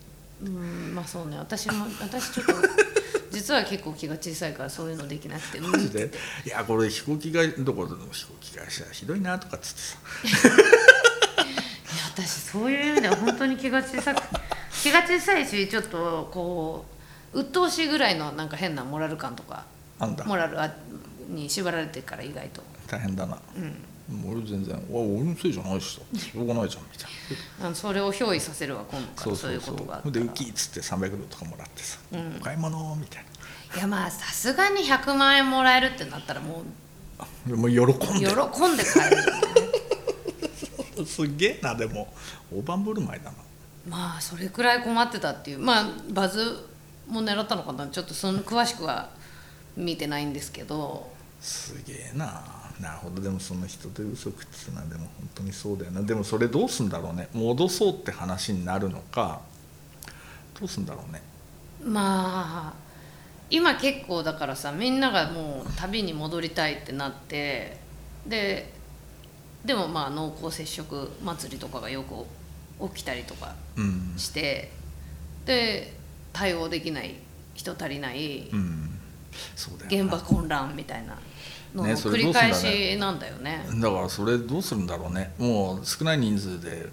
[SPEAKER 1] うんまあそうね私も私ちょっと実は結構気が小さいからそういうのできなくてうん
[SPEAKER 2] マジでいやこれ飛行機会どこでも飛行機会社ひどいなとかっつってさ
[SPEAKER 1] いや私そういう意味では本当に気が小さく気が小さいしちょっとこう鬱陶しいぐらいのなんか変なモラル感とか
[SPEAKER 2] あんだ
[SPEAKER 1] モラルあに縛られてるから意外と
[SPEAKER 2] 大変だな、もう俺全然わ俺のせいじゃないしさしょうがないじゃんみたいな
[SPEAKER 1] あのそれを憑依させるわ今度からそういうことがあった
[SPEAKER 2] で
[SPEAKER 1] ら
[SPEAKER 2] ウキっつって300ドルとかもらってさ、お買い物みたい
[SPEAKER 1] いやまあさすがに100万円もらえるってなったらもう
[SPEAKER 2] なもう喜ん
[SPEAKER 1] 喜ん
[SPEAKER 2] で
[SPEAKER 1] で
[SPEAKER 2] る
[SPEAKER 1] 帰るよね
[SPEAKER 2] すげえなでも大盤振る舞いだな
[SPEAKER 1] まあそれくらい困ってたっていうまあバズも狙ったのかなちょっとその詳しくは見てないんですけど
[SPEAKER 2] すげえななるほどでもその人手不足っつうのはでも本当にそうだよなでもそれどうすんだろうね戻そうって話になるのかどうすんだろうね
[SPEAKER 1] まあ今結構だからさみんながもう旅に戻りたいってなってででもまあ濃厚接触祭りとかがよく起きたりとか
[SPEAKER 2] うん
[SPEAKER 1] してで対応できない人足りない
[SPEAKER 2] うんそうだよ
[SPEAKER 1] 現
[SPEAKER 2] な
[SPEAKER 1] 場混乱みたいなのの
[SPEAKER 2] ねそ
[SPEAKER 1] 繰
[SPEAKER 2] れど
[SPEAKER 1] り
[SPEAKER 2] うすん
[SPEAKER 1] 返
[SPEAKER 2] だね
[SPEAKER 1] しなんだよね。
[SPEAKER 2] だからそれどうするんだろうねもう少ない人数で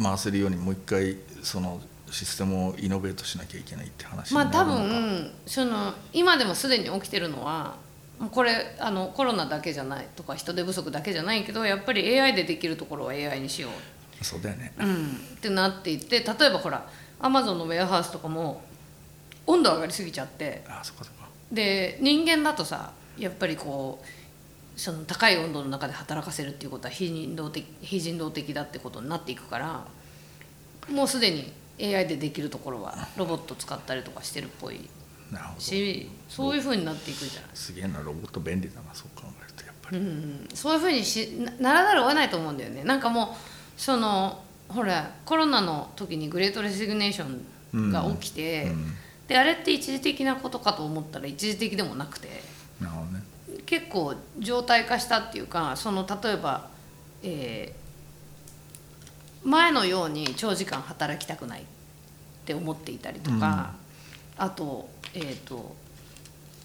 [SPEAKER 2] 回せるようにもう一回そのシステムをイノベートしなきゃいけないって話に
[SPEAKER 1] ま
[SPEAKER 2] な
[SPEAKER 1] あ
[SPEAKER 2] るの
[SPEAKER 1] 多
[SPEAKER 2] か
[SPEAKER 1] 分その今でもすでに起きてるのはもうこれあのコロナだけじゃないとか人手不足だけじゃないけどやっぱり AI でできるところは AI にしよ
[SPEAKER 2] そうだよね
[SPEAKER 1] う、うん、ってなっていって例えばほらアマゾンのウェアハウスとかも温度上がりすぎちゃって
[SPEAKER 2] あそっかそっか
[SPEAKER 1] で人間だとさやっぱりこうその高い温度の中で働かせるっていうことは非人道的非人道的だってことになっていくからもうすでに AI でできるところはロボット使ったりとかしてるっぽい
[SPEAKER 2] なるほど
[SPEAKER 1] しそういうふうになっていくじゃない、
[SPEAKER 2] すげえなロボット便利だなそう考えるとやっぱり、
[SPEAKER 1] うん、そういうふうにしなならざるを得ないと思うんだよねなんかもうそのほらコロナの時にグレートレシグネーションが起きて、
[SPEAKER 2] うん
[SPEAKER 1] であれって一時的なことかと思ったら一時的でもなくて
[SPEAKER 2] なるほどね
[SPEAKER 1] 結構常態化したっていうかその例えば、えー前のように長時間働きたくないって思っていたりとか、あとえっ、と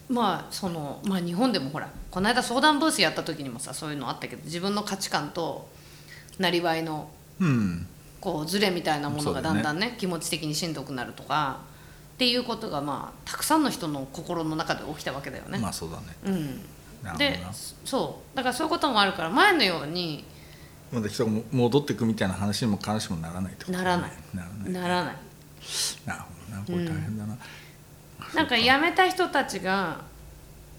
[SPEAKER 1] まあそのまあ日本でもほらこの間相談ブースやった時にもさそういうのあったけど自分の価値観となりわいの
[SPEAKER 2] うん
[SPEAKER 1] こうズレみたいなものがだんだ
[SPEAKER 2] そ
[SPEAKER 1] んね気持ち的にしんどくなるとかっていうことがまあたくさんの人の心の中で起きたわけだよね。
[SPEAKER 2] まあそうだね
[SPEAKER 1] うん
[SPEAKER 2] なる
[SPEAKER 1] で
[SPEAKER 2] ほどな
[SPEAKER 1] そうだからそういうこともあるから前のように
[SPEAKER 2] まだ人がも戻ってくみたいな話にも必ずしもならないってことだね
[SPEAKER 1] ならない
[SPEAKER 2] ならない
[SPEAKER 1] ならない
[SPEAKER 2] なるほどなこれ大変だな、
[SPEAKER 1] なんか辞めた人たちが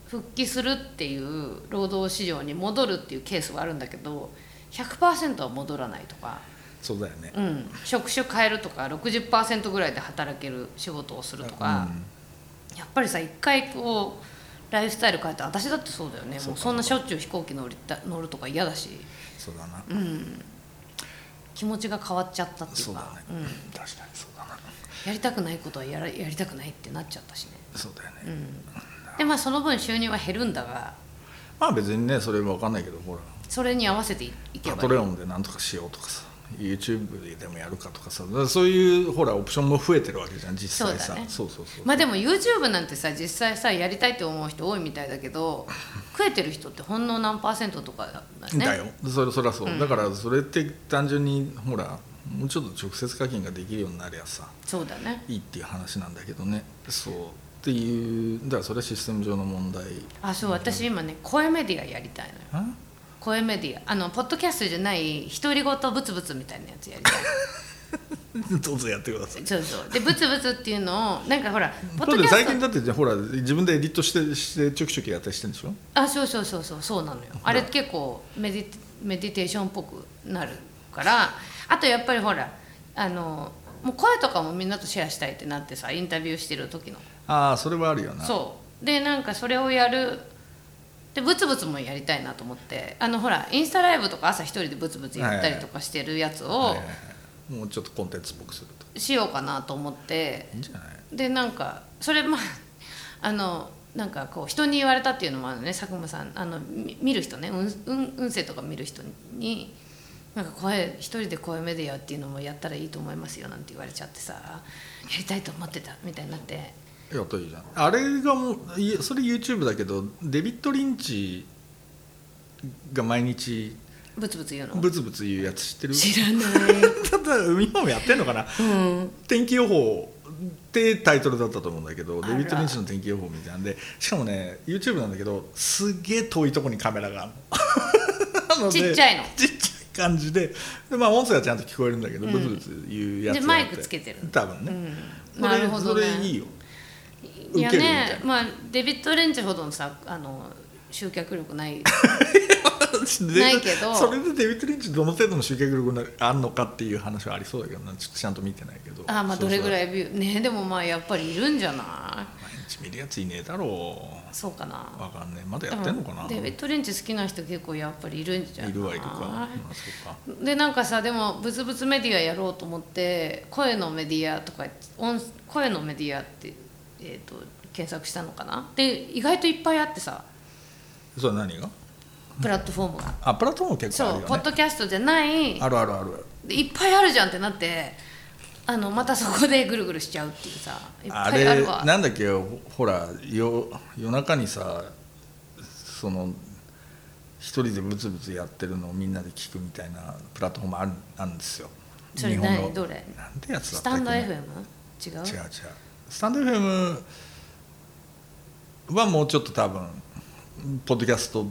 [SPEAKER 1] 復帰するっていう労働市場に戻るっていうケースはあるんだけど100%は戻らないとか、
[SPEAKER 2] そうだよね
[SPEAKER 1] うん、職種変えるとか60%ぐらいで働ける仕事をするとか、やっぱりさ一回こうライフスタイル変えて私だってそうだよね
[SPEAKER 2] そうか
[SPEAKER 1] もうそんなしょっちゅう飛行機乗りた乗るとか嫌だし
[SPEAKER 2] そうだな、
[SPEAKER 1] 気持ちが変わっちゃったってい
[SPEAKER 2] そううだ
[SPEAKER 1] か
[SPEAKER 2] ね、確かにそうだな
[SPEAKER 1] やりたくないことはやらやりたくないってなっちゃったしね
[SPEAKER 2] そうだよね、
[SPEAKER 1] でまあその分収入は減るんだが
[SPEAKER 2] まあ別にねそれ分かんないけどほら
[SPEAKER 1] それに合わせていいけ
[SPEAKER 2] パ
[SPEAKER 1] ば
[SPEAKER 2] トレオンでなんとかしようとかさ YouTube でもやるかとかさだからそういうほらオプションも増えてるわけじゃん実際
[SPEAKER 1] そう
[SPEAKER 2] さ
[SPEAKER 1] だね
[SPEAKER 2] そうそうそう
[SPEAKER 1] まあでも YouTube なんてさ実際さやりたいって思う人多いみたいだけど食えてる人ってほんの何パーセントとかだよね
[SPEAKER 2] だよそれそりゃそう、
[SPEAKER 1] うん
[SPEAKER 2] だからそれって単純にほらもうちょっと直接課金ができるようになりゃさ
[SPEAKER 1] そうだね
[SPEAKER 2] いいっていう話なんだけどねそうっていうだからそれはシステム上の問題
[SPEAKER 1] あそう私今ね声メディアやりたいのよ
[SPEAKER 2] あ
[SPEAKER 1] 声メディアあのポッドキャストじゃない独り言ブツブツみたいなやつやりたい
[SPEAKER 2] どうぞやってください
[SPEAKER 1] そうそうでブツブツっていうのをなんかほらポッ
[SPEAKER 2] だっ
[SPEAKER 1] ド
[SPEAKER 2] て
[SPEAKER 1] キャ
[SPEAKER 2] 最
[SPEAKER 1] ス
[SPEAKER 2] 近
[SPEAKER 1] ト
[SPEAKER 2] だってじゃあほら自分でエディットしてしてちょきちょきやったりしてるんでしょ
[SPEAKER 1] あそうそうそうそうそうなのよあれ結構メディメディテーションっぽくなるからあとやっぱりほらあのもう声とかもみんなとシェアしたいってなってさインタビューしてる時の
[SPEAKER 2] ああそれはあるよな
[SPEAKER 1] そうでなんかそれをやるでブツブツもやりたいなと思ってあのほらインスタライブとか朝一人でブツブツやったりとかしてるやつ
[SPEAKER 2] はい
[SPEAKER 1] を
[SPEAKER 2] はいはいもうちょっとコンテンツっぽくすると
[SPEAKER 1] しようかなと思って
[SPEAKER 2] いいんじゃない
[SPEAKER 1] でなんかそれまあ あのなんかこう人に言われたっていうのもあるのね佐久間さんあのみ見る人ね運運運勢とか見る人になんか声一人で声メディアっていうのもやったらいいと思いますよなんて言われちゃってさやりたいと思ってたみたいになって
[SPEAKER 2] やったらいいじゃんあれがもういえそれ YouTube だけどデビッド・リンチが毎日
[SPEAKER 1] ブツブツ言うの
[SPEAKER 2] ブツブツ言うやつ知ってる
[SPEAKER 1] 知らない
[SPEAKER 2] ただ今もやってんのかな
[SPEAKER 1] うん
[SPEAKER 2] 天気予報ってタイトルだったと思うんだけど
[SPEAKER 1] あ
[SPEAKER 2] デ
[SPEAKER 1] ら
[SPEAKER 2] ビッド・リンチの天気予報みたいなんでしかもね YouTube なんだけどすげえ遠いとこにカメラがあるのな ので
[SPEAKER 1] ちっちゃいの
[SPEAKER 2] ちっちゃい感じでで、まあ、音声はちゃんと聞こえるんだけど、
[SPEAKER 1] うん
[SPEAKER 2] ブツブツ言うやつ
[SPEAKER 1] で
[SPEAKER 2] があ
[SPEAKER 1] マ
[SPEAKER 2] っ
[SPEAKER 1] イクつけてる
[SPEAKER 2] 多分
[SPEAKER 1] う
[SPEAKER 2] ね、
[SPEAKER 1] ん
[SPEAKER 2] それ
[SPEAKER 1] なるほどね
[SPEAKER 2] それいいよ
[SPEAKER 1] いや
[SPEAKER 2] ウケるみた
[SPEAKER 1] ね
[SPEAKER 2] いな
[SPEAKER 1] まあデビッド・レンチほどのさあの集客力ない
[SPEAKER 2] で
[SPEAKER 1] ないけど
[SPEAKER 2] それでデビッド・リンチどの程度の集客力があんのかっていう話はありそうだけどなちょっとちゃんと見てないけど
[SPEAKER 1] あーまあ
[SPEAKER 2] そ
[SPEAKER 1] ど
[SPEAKER 2] うそう
[SPEAKER 1] れぐらいビューねでもまあやっぱりいるんじゃない
[SPEAKER 2] 毎日見るやついねえだろ
[SPEAKER 1] そうか
[SPEAKER 2] う
[SPEAKER 1] な
[SPEAKER 2] わかんねえまだやってんのかな、
[SPEAKER 1] でもデビッド・レンチ好きな人結構やっぱりいるんじゃない
[SPEAKER 2] いるはいるか、まあ、そうか
[SPEAKER 1] でなんかさでもブツブツメディアやろうと思って声のメディアとか音声のメディアって、えー、と検索したのかなで意外といっぱいあってさ
[SPEAKER 2] それは何が
[SPEAKER 1] プラットフォームが、
[SPEAKER 2] あプラットフォーム結構あ
[SPEAKER 1] そ
[SPEAKER 2] る
[SPEAKER 1] うポッ
[SPEAKER 2] よね
[SPEAKER 1] ドキャストじゃない
[SPEAKER 2] あるあるある
[SPEAKER 1] でいっぱいあるじゃんってなってあのまたそこでぐるぐるしちゃうっていうさいっ
[SPEAKER 2] あ
[SPEAKER 1] ぱいあ
[SPEAKER 2] れ
[SPEAKER 1] るわ
[SPEAKER 2] なんだっけよほらよ夜中にさその一人でブツブツやってるのをみんなで聞くみたいなプラットフォームあるあるんですよ
[SPEAKER 1] それ
[SPEAKER 2] 日本の
[SPEAKER 1] 何どれ
[SPEAKER 2] なんてやつだ
[SPEAKER 1] ス
[SPEAKER 2] ったっ
[SPEAKER 1] タ
[SPEAKER 2] け
[SPEAKER 1] ンド
[SPEAKER 2] な
[SPEAKER 1] FM? 違う
[SPEAKER 2] 違う違うスタンド FM はもうちょっと多分ポッドキャストっ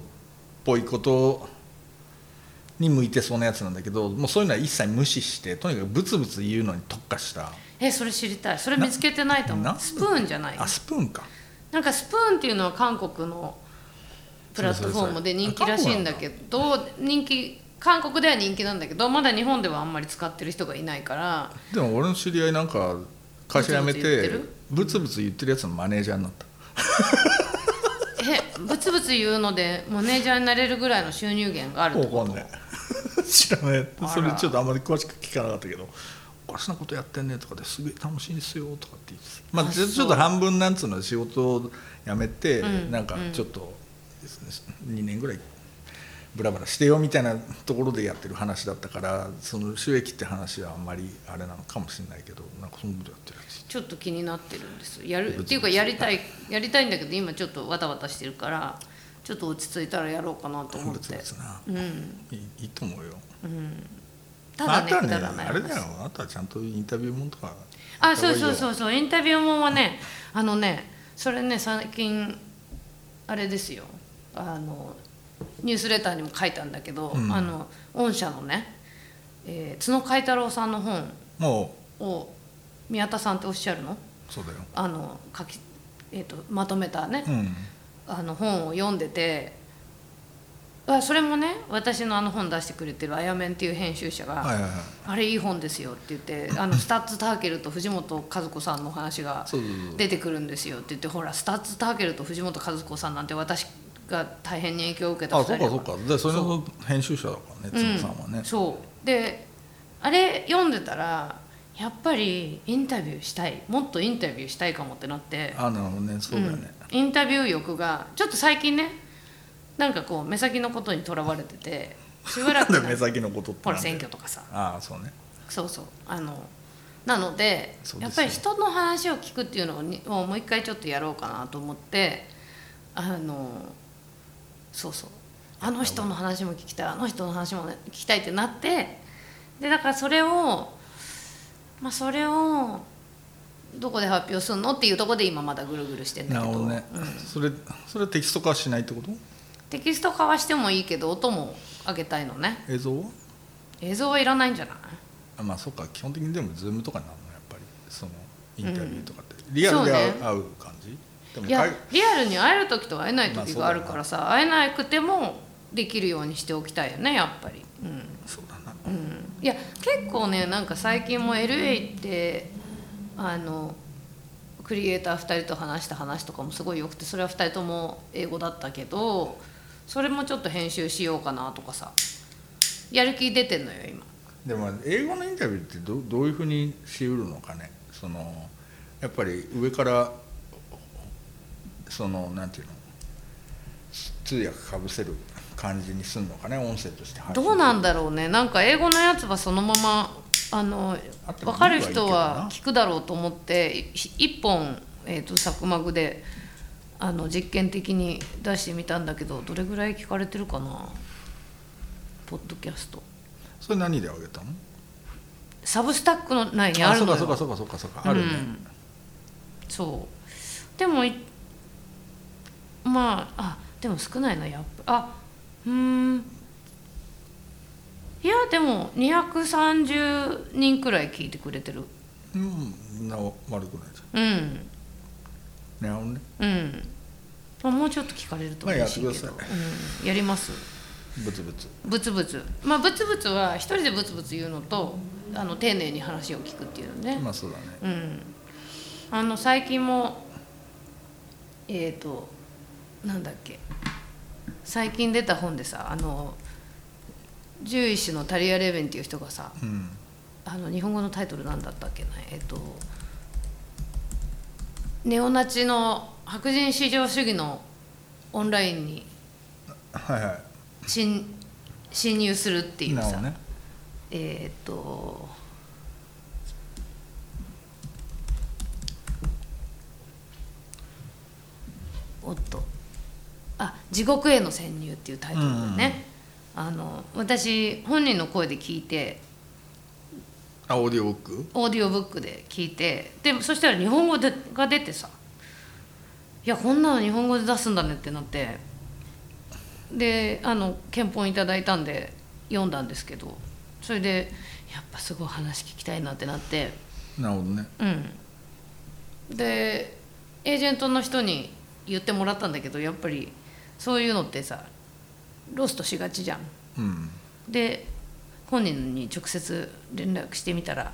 [SPEAKER 2] ぽいことに向いてそうなやつなんだけどもうそういうのは一切無視してとにかくブツブツ言うのに特化した
[SPEAKER 1] えそれ知りたいそれ見つけてないと思
[SPEAKER 2] な
[SPEAKER 1] うスプーンじゃない
[SPEAKER 2] あスプーンか
[SPEAKER 1] なんかスプーンっていうのは韓国のプラットフォームで人気らしいんだけど人気韓国では人気なんだけどまだ日本ではあんまり使ってる人がいない から
[SPEAKER 2] でも俺の知り合いなんか会社辞めてブツブツ言ってるやつのマネージャーになった
[SPEAKER 1] えブツブツ言うのでマネージャーになれるぐらいの収入源があるって
[SPEAKER 2] わか
[SPEAKER 1] こ
[SPEAKER 2] ん
[SPEAKER 1] と
[SPEAKER 2] ない 知らない
[SPEAKER 1] あら
[SPEAKER 2] それちょっとあんまり詳しく聞かなかったけど「おかしなことやってんね」とかですげえ楽しいですよとかって言ってまあ
[SPEAKER 1] あ
[SPEAKER 2] ちょ
[SPEAKER 1] そう
[SPEAKER 2] ちょっと半分なんつうの仕事を辞めて、
[SPEAKER 1] うん
[SPEAKER 2] なんかちょっと2年ぐらいブラブラしてよみたいなところでやってる話だったからその収益って話はあんまりあれなのかもしれないけどなんかそのことやってるやつ
[SPEAKER 1] ちょっと気になってるんですやるっていうかやりたいやりたいんだけど今ちょっとわたわたしてるからちょっと落ち着いたらやろうかなと思っ
[SPEAKER 2] ブツ
[SPEAKER 1] て
[SPEAKER 2] ブツな
[SPEAKER 1] うん
[SPEAKER 2] いいいいと思うよ。
[SPEAKER 1] ただね
[SPEAKER 2] あ
[SPEAKER 1] く
[SPEAKER 2] と
[SPEAKER 1] だ
[SPEAKER 2] は
[SPEAKER 1] らな
[SPEAKER 2] ね
[SPEAKER 1] い
[SPEAKER 2] あれだ
[SPEAKER 1] 話
[SPEAKER 2] よあとはちゃんとインタビューもんとか
[SPEAKER 1] あそうそう
[SPEAKER 2] う
[SPEAKER 1] そうそうインタビューもんはねあのねそれね最近あれですよあのニュースレターにも書いたんだけど、
[SPEAKER 2] うん
[SPEAKER 1] あの御社のね、えー角海太郎さんの本
[SPEAKER 2] も
[SPEAKER 1] を宮田さんっておっしゃるの
[SPEAKER 2] うそうだよ
[SPEAKER 1] あの書き、えー、とまとめたね、
[SPEAKER 2] うん
[SPEAKER 1] あの本を読んでてあそれもね私のあの本出してくれてるあやめんっていう編集者が、
[SPEAKER 2] はいはいはい
[SPEAKER 1] あれいい本ですよって言 ってあのスタッツ・ターケルと藤本和子さんの話が
[SPEAKER 2] そうそうそう
[SPEAKER 1] 出てくるんですよって言ってほらスタッツ・ターケルと藤本和子さんなんて私が大変に影響を受けた
[SPEAKER 2] あ
[SPEAKER 1] 2
[SPEAKER 2] そう
[SPEAKER 1] 人
[SPEAKER 2] かそ
[SPEAKER 1] だ
[SPEAKER 2] うかでそれの編集者だからね
[SPEAKER 1] う
[SPEAKER 2] 角
[SPEAKER 1] ん
[SPEAKER 2] さんはね、
[SPEAKER 1] そうであれ読んでたらやっぱりインタビューしたいもっとインタビューしたいかもってなって
[SPEAKER 2] あなるほどねそうだよね、
[SPEAKER 1] うんインタビュー欲がちょっと最近ねなんかこう目先のことにとらわれててしばらく
[SPEAKER 2] なんだよ目先のことって
[SPEAKER 1] ほら
[SPEAKER 2] なんだ
[SPEAKER 1] 選
[SPEAKER 2] よ
[SPEAKER 1] 挙とかさ
[SPEAKER 2] ああそうね
[SPEAKER 1] そうそうあのなので
[SPEAKER 2] そうですよ
[SPEAKER 1] やっぱり人の話を聞くっていうのをにをもう一回ちょっとやろうかなと思ってあのそうそうあの人の話も聞きたいあの人の話もね聞きたいってなってでだからそれをまあそれをどこで発表するのっていうところで今まだぐるぐるしてんだ
[SPEAKER 2] な
[SPEAKER 1] け
[SPEAKER 2] る
[SPEAKER 1] ど
[SPEAKER 2] ほどね、
[SPEAKER 1] うん
[SPEAKER 2] それそれはテキスト化はしないってこと
[SPEAKER 1] テキスト化はしてもいいけど音も上げたいのね
[SPEAKER 2] 映像は
[SPEAKER 1] 映像はいらないんじゃない
[SPEAKER 2] あまあそっか基本的にでもズームとかになるのやっぱりそのインタビューとかって、リアルで会う,、
[SPEAKER 1] そうね
[SPEAKER 2] 会う感じでも
[SPEAKER 1] いや
[SPEAKER 2] 海
[SPEAKER 1] リアルに会える時と会えない時
[SPEAKER 2] ま
[SPEAKER 1] が
[SPEAKER 2] あ
[SPEAKER 1] あるからさ、会えなくてもできるようにしておきたいよねやっぱり、うん
[SPEAKER 2] そうだな
[SPEAKER 1] うん、いや結構ねなんか最近も LA ってあのクリエイター2人と話した話とかもすごいよくてそれは2人とも英語だったけどそれもちょっと編集しようかなとかさやる気出てんのよ今
[SPEAKER 2] でも英語のインタビューってどどういうふうにしうるのかねそのやっぱり上からそのなんていうの通訳かぶせる感じにすんのかね音声として配信
[SPEAKER 1] どうなんだろうねなんか英語のやつはそのままあの
[SPEAKER 2] あっても
[SPEAKER 1] 分
[SPEAKER 2] いいはい
[SPEAKER 1] かる
[SPEAKER 2] いけど
[SPEAKER 1] 人
[SPEAKER 2] な
[SPEAKER 1] は聞くだろうと思って1本、えー、とサクマグであの実験的に出してみたんだけどどれぐらい聞かれてるかなポッドキャスト
[SPEAKER 2] それ何で上げたの
[SPEAKER 1] サブスタックの内にあるのよ
[SPEAKER 2] そうかそうかそうかそうかそうかあるよね、
[SPEAKER 1] うんそうでもいまああでも少ないなやっぱあうーんいやでも230人くらい聞いてくれてる
[SPEAKER 2] うん、な悪くないじ
[SPEAKER 1] うん
[SPEAKER 2] ゃんなるほどね
[SPEAKER 1] うん、まあ、もうちょっと聞かれると
[SPEAKER 2] まあ
[SPEAKER 1] 嬉しいけど、
[SPEAKER 2] やってくださ
[SPEAKER 1] うん、やります
[SPEAKER 2] ブツブツ
[SPEAKER 1] ブツブツまあブツブツは一人でブツブツ言うのとあの丁寧に話を聞くっていうのね、
[SPEAKER 2] まあそうだね
[SPEAKER 1] うん、あの最近もえっ、となんだっけ最近出た本でさあの獣医師のタリア・レーベンっていう人がさ
[SPEAKER 2] うん
[SPEAKER 1] あの日本語のタイトルなんだったっけなえっ、とネオナチの白人至上主義のオンラインに
[SPEAKER 2] はいは
[SPEAKER 1] 侵侵入するって
[SPEAKER 2] い
[SPEAKER 1] いう
[SPEAKER 2] なるほ
[SPEAKER 1] さ、
[SPEAKER 2] どね
[SPEAKER 1] えーっとおっとあ「地獄への潜入」っていうタイトルでね、あの私本人の声で聞いて
[SPEAKER 2] あオーディオブック
[SPEAKER 1] オーディオブックで聞いてでそしたら日本語でが出てさ「いやこんなの日本語で出すんだね」ってなってであの憲法いただいたんで読んだんですけどそれでやっぱすごい話聞きたいなってなって
[SPEAKER 2] なるほどね
[SPEAKER 1] うんでエージェントの人に言ってもらったんだけどやっぱりそういうのってさロストしがちじゃん。
[SPEAKER 2] うん
[SPEAKER 1] で本人に直接連絡してみたら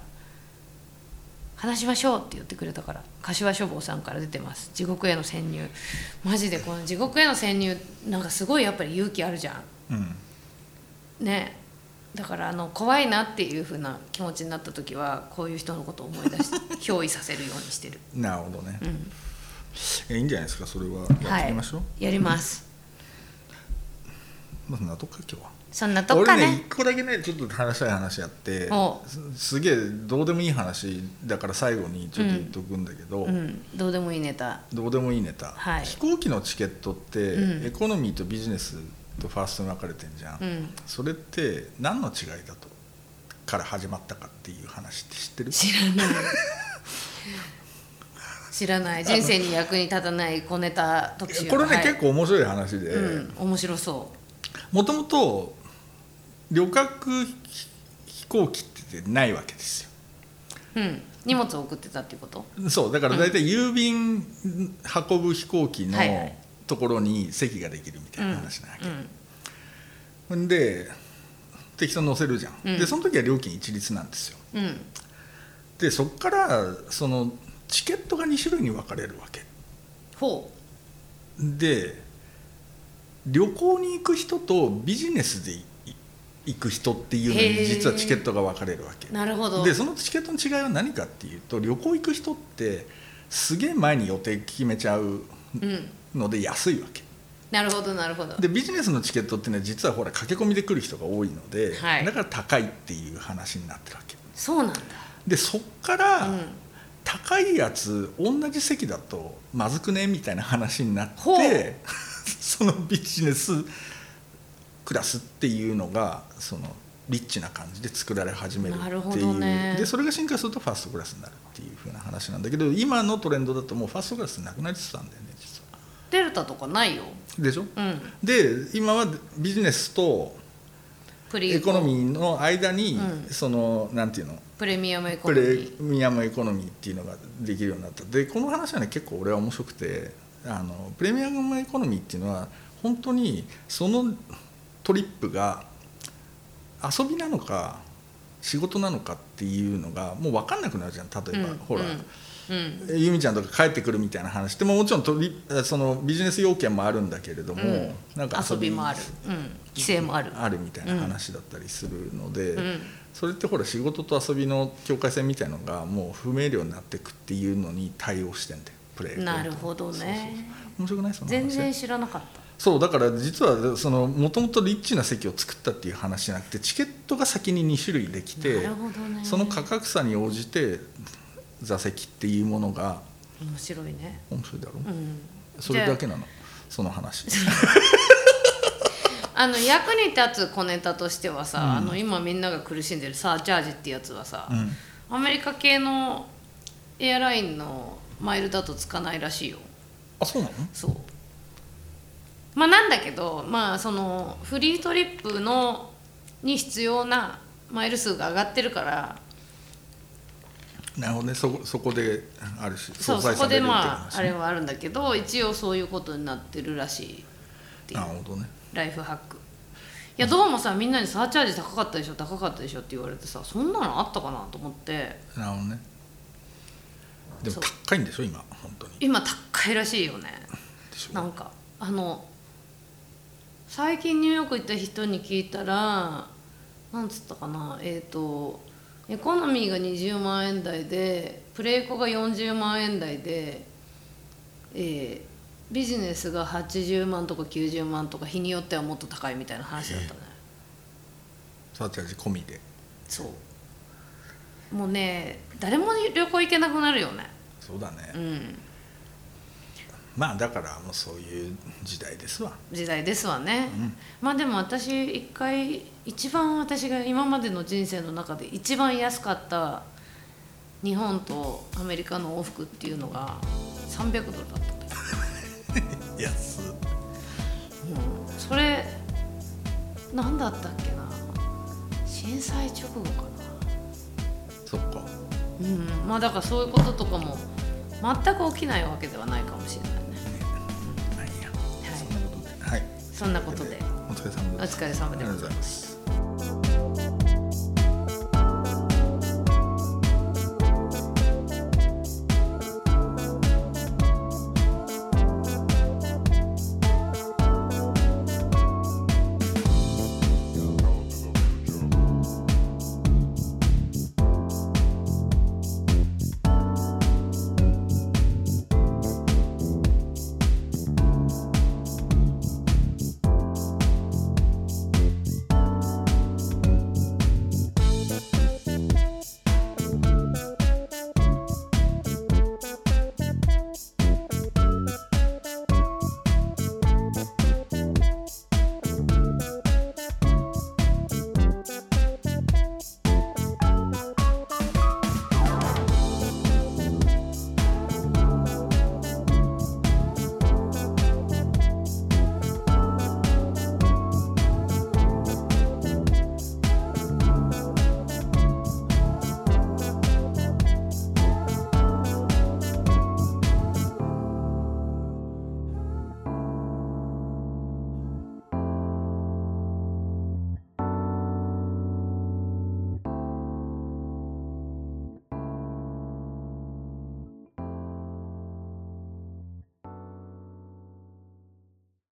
[SPEAKER 1] 「話しましょう」って言ってくれたから柏書房さんから出てます「地獄への潜入」マジでこの地獄への潜入なんかすごいやっぱり勇気あるじゃ
[SPEAKER 2] うん
[SPEAKER 1] んねだからあの怖いなっていう風な気持ちになった時はこういう人のことを思い出して 憑依させるようにしてる
[SPEAKER 2] なるほどね、
[SPEAKER 1] ん
[SPEAKER 2] えいいんじゃないですかそれはやってみましょう、
[SPEAKER 1] いやります
[SPEAKER 2] まあそんなとこか今日は
[SPEAKER 1] そんなとこか
[SPEAKER 2] 俺ね
[SPEAKER 1] ね
[SPEAKER 2] 一個だけねちょっと話したい話あって
[SPEAKER 1] お
[SPEAKER 2] すすげえどうでもいい話だから最後にちょっと言っとくんだけど、
[SPEAKER 1] うんどうでもいいネタ
[SPEAKER 2] どうでもいいネタ、
[SPEAKER 1] はい
[SPEAKER 2] 飛行機のチケットって、
[SPEAKER 1] うん
[SPEAKER 2] エコノミーとビジネスとファーストに分かれてんじゃん、
[SPEAKER 1] うん
[SPEAKER 2] それって何の違いだとから始まったかっていう話って知ってる
[SPEAKER 1] 知らない知らない人生に役に立たない小ネタ特集
[SPEAKER 2] これね、
[SPEAKER 1] はい
[SPEAKER 2] 結構面白い話で、
[SPEAKER 1] うん、面白そう
[SPEAKER 2] もともと旅客飛飛行機ってないわけです
[SPEAKER 1] うん、荷物を送ってたっていうこと
[SPEAKER 2] よそうだから大体郵便運ぶ飛行機の
[SPEAKER 1] はいはい
[SPEAKER 2] ところに席ができるみたいな話なわけ、ん、で適当に乗せるじゃん、
[SPEAKER 1] うん
[SPEAKER 2] でその時は料金一律なんですよ
[SPEAKER 1] うんうん
[SPEAKER 2] でそこからそのチケットが2種類に分かれるわけ
[SPEAKER 1] ほ
[SPEAKER 2] で旅行に行く人とビジネスでい行く人っていうの
[SPEAKER 1] へー
[SPEAKER 2] に実はチケットが分かれるわけ
[SPEAKER 1] うなるほど
[SPEAKER 2] でそのチケットの違いは何かっていうと旅行行く人ってすげえ前に予定決めちゃう
[SPEAKER 1] うん
[SPEAKER 2] ので安いわけ
[SPEAKER 1] なるほどなるほど
[SPEAKER 2] でビジネスのチケットってね実はほら駆け込みで来る人が多いので、
[SPEAKER 1] はい
[SPEAKER 2] だから高いっていう話になってるわけ
[SPEAKER 1] そうなんだ
[SPEAKER 2] でそっから、
[SPEAKER 1] うん
[SPEAKER 2] 高いやつ同じ席だとまずくねみたいな話になっ
[SPEAKER 1] ほう
[SPEAKER 2] て そのビジネスクラスっていうのがそのリッチな感じで作られ始めるって
[SPEAKER 1] なるほ
[SPEAKER 2] い
[SPEAKER 1] ど
[SPEAKER 2] う、
[SPEAKER 1] ね
[SPEAKER 2] でそれが進化するとファーストクラスになるっていう風な話なんだけど今のトレンドだともうファーストクラスなくなりつつあるんだよね実は。
[SPEAKER 1] デルタとかないよ
[SPEAKER 2] でしょ
[SPEAKER 1] うん
[SPEAKER 2] で今はビジネスと
[SPEAKER 1] プリ
[SPEAKER 2] エコノミーの間に、
[SPEAKER 1] うん
[SPEAKER 2] そのなんていうの
[SPEAKER 1] プレミアムエコ
[SPEAKER 2] プ
[SPEAKER 1] ノミ
[SPEAKER 2] レ
[SPEAKER 1] ー
[SPEAKER 2] ミアムエコノミーっていうのができるようになったでこの話はね結構俺は面白くてあのプレミアムエコノミーっていうのは本当にそのトリップが遊びなのか仕事なのかっていうのがもう分かんなくなるじゃん例えば、
[SPEAKER 1] うん
[SPEAKER 2] ほら、
[SPEAKER 1] うんうん
[SPEAKER 2] 由美ちゃんとか帰ってくるみたいな話でももちろんトリそのビジネス要件もあるんだけれども、
[SPEAKER 1] うん
[SPEAKER 2] なんか
[SPEAKER 1] 遊びもある、うん、規制もある、
[SPEAKER 2] あるみたいな話だったりするので、
[SPEAKER 1] うん、
[SPEAKER 2] それってほら仕事と遊びの境界線みたいのがもう不明瞭になっていくっていうのに対応してんだよプレイ
[SPEAKER 1] なるほどね
[SPEAKER 2] 面白くないその話
[SPEAKER 1] 全然知らなかった
[SPEAKER 2] そうだから実はそのもともとリッチな席を作ったっていう話じゃなくてチケットが先に2種類でき
[SPEAKER 1] な
[SPEAKER 2] て
[SPEAKER 1] るほどね
[SPEAKER 2] その価格差に応じて座席っていうものが
[SPEAKER 1] 面白いね
[SPEAKER 2] 面白いだろ、
[SPEAKER 1] うん
[SPEAKER 2] それだけなのその話
[SPEAKER 1] あの役に立つ小ネタとしてはさ、
[SPEAKER 2] うん
[SPEAKER 1] あの今みんなが苦しんでるサーチャージってやつはさ、
[SPEAKER 2] うん
[SPEAKER 1] アメリカ系のエアラインのマイルだとつかないらしいよ
[SPEAKER 2] あそうなの
[SPEAKER 1] そうまあなんだけどまあそのフリートリップのに必要なマイル数が上がってるから
[SPEAKER 2] なるほどねそこそこであるし
[SPEAKER 1] そう
[SPEAKER 2] 相
[SPEAKER 1] そ
[SPEAKER 2] 殺
[SPEAKER 1] こ
[SPEAKER 2] され
[SPEAKER 1] で
[SPEAKER 2] るっていう
[SPEAKER 1] まあ
[SPEAKER 2] 話
[SPEAKER 1] あれはあるんだけど一応そういうことになってるらしいっていう
[SPEAKER 2] なるほどね
[SPEAKER 1] ライフハックいやどうもさみんなにサーチャージ高かったでしょ高かったでしょって言われてさそんなのあったかなと思って
[SPEAKER 2] なるほどねでも
[SPEAKER 1] そう
[SPEAKER 2] 高いんでしょ今本当に
[SPEAKER 1] 今高いらしいよね
[SPEAKER 2] でしょ
[SPEAKER 1] なんかあの最近ニューヨーク行った人に聞いたらなんつったかなえっ、とエコノミーが20万円台でプレイコが40万円台で、えービジネスが80万とか90万とか日によってはもっと高いみたいな話だったね、
[SPEAKER 2] サーチャージ込みで
[SPEAKER 1] そうもうね誰も旅行行けなくなるよね
[SPEAKER 2] そうだね、
[SPEAKER 1] うん
[SPEAKER 2] まあだからもうそういう時代ですわ
[SPEAKER 1] 時代ですわね、
[SPEAKER 2] うん
[SPEAKER 1] まあでも私一回一番私が今までの人生の中で一番安かった日本とアメリカの往復っていうのが300ドルだったんだけ
[SPEAKER 2] 安
[SPEAKER 1] ど、うんそれ何だったっけな震災直後かな
[SPEAKER 2] そっか
[SPEAKER 1] うん、まあだからそういうこととかも全く起きないわけではないかもしれないね。
[SPEAKER 2] まあいいや、
[SPEAKER 1] い
[SPEAKER 2] そんなことではい
[SPEAKER 1] そんなことで
[SPEAKER 2] お疲れ様
[SPEAKER 1] お
[SPEAKER 2] です
[SPEAKER 1] 疲れ様
[SPEAKER 2] あり
[SPEAKER 1] で
[SPEAKER 2] が
[SPEAKER 1] ご
[SPEAKER 2] と
[SPEAKER 1] ざ
[SPEAKER 2] うござ
[SPEAKER 1] いま
[SPEAKER 2] います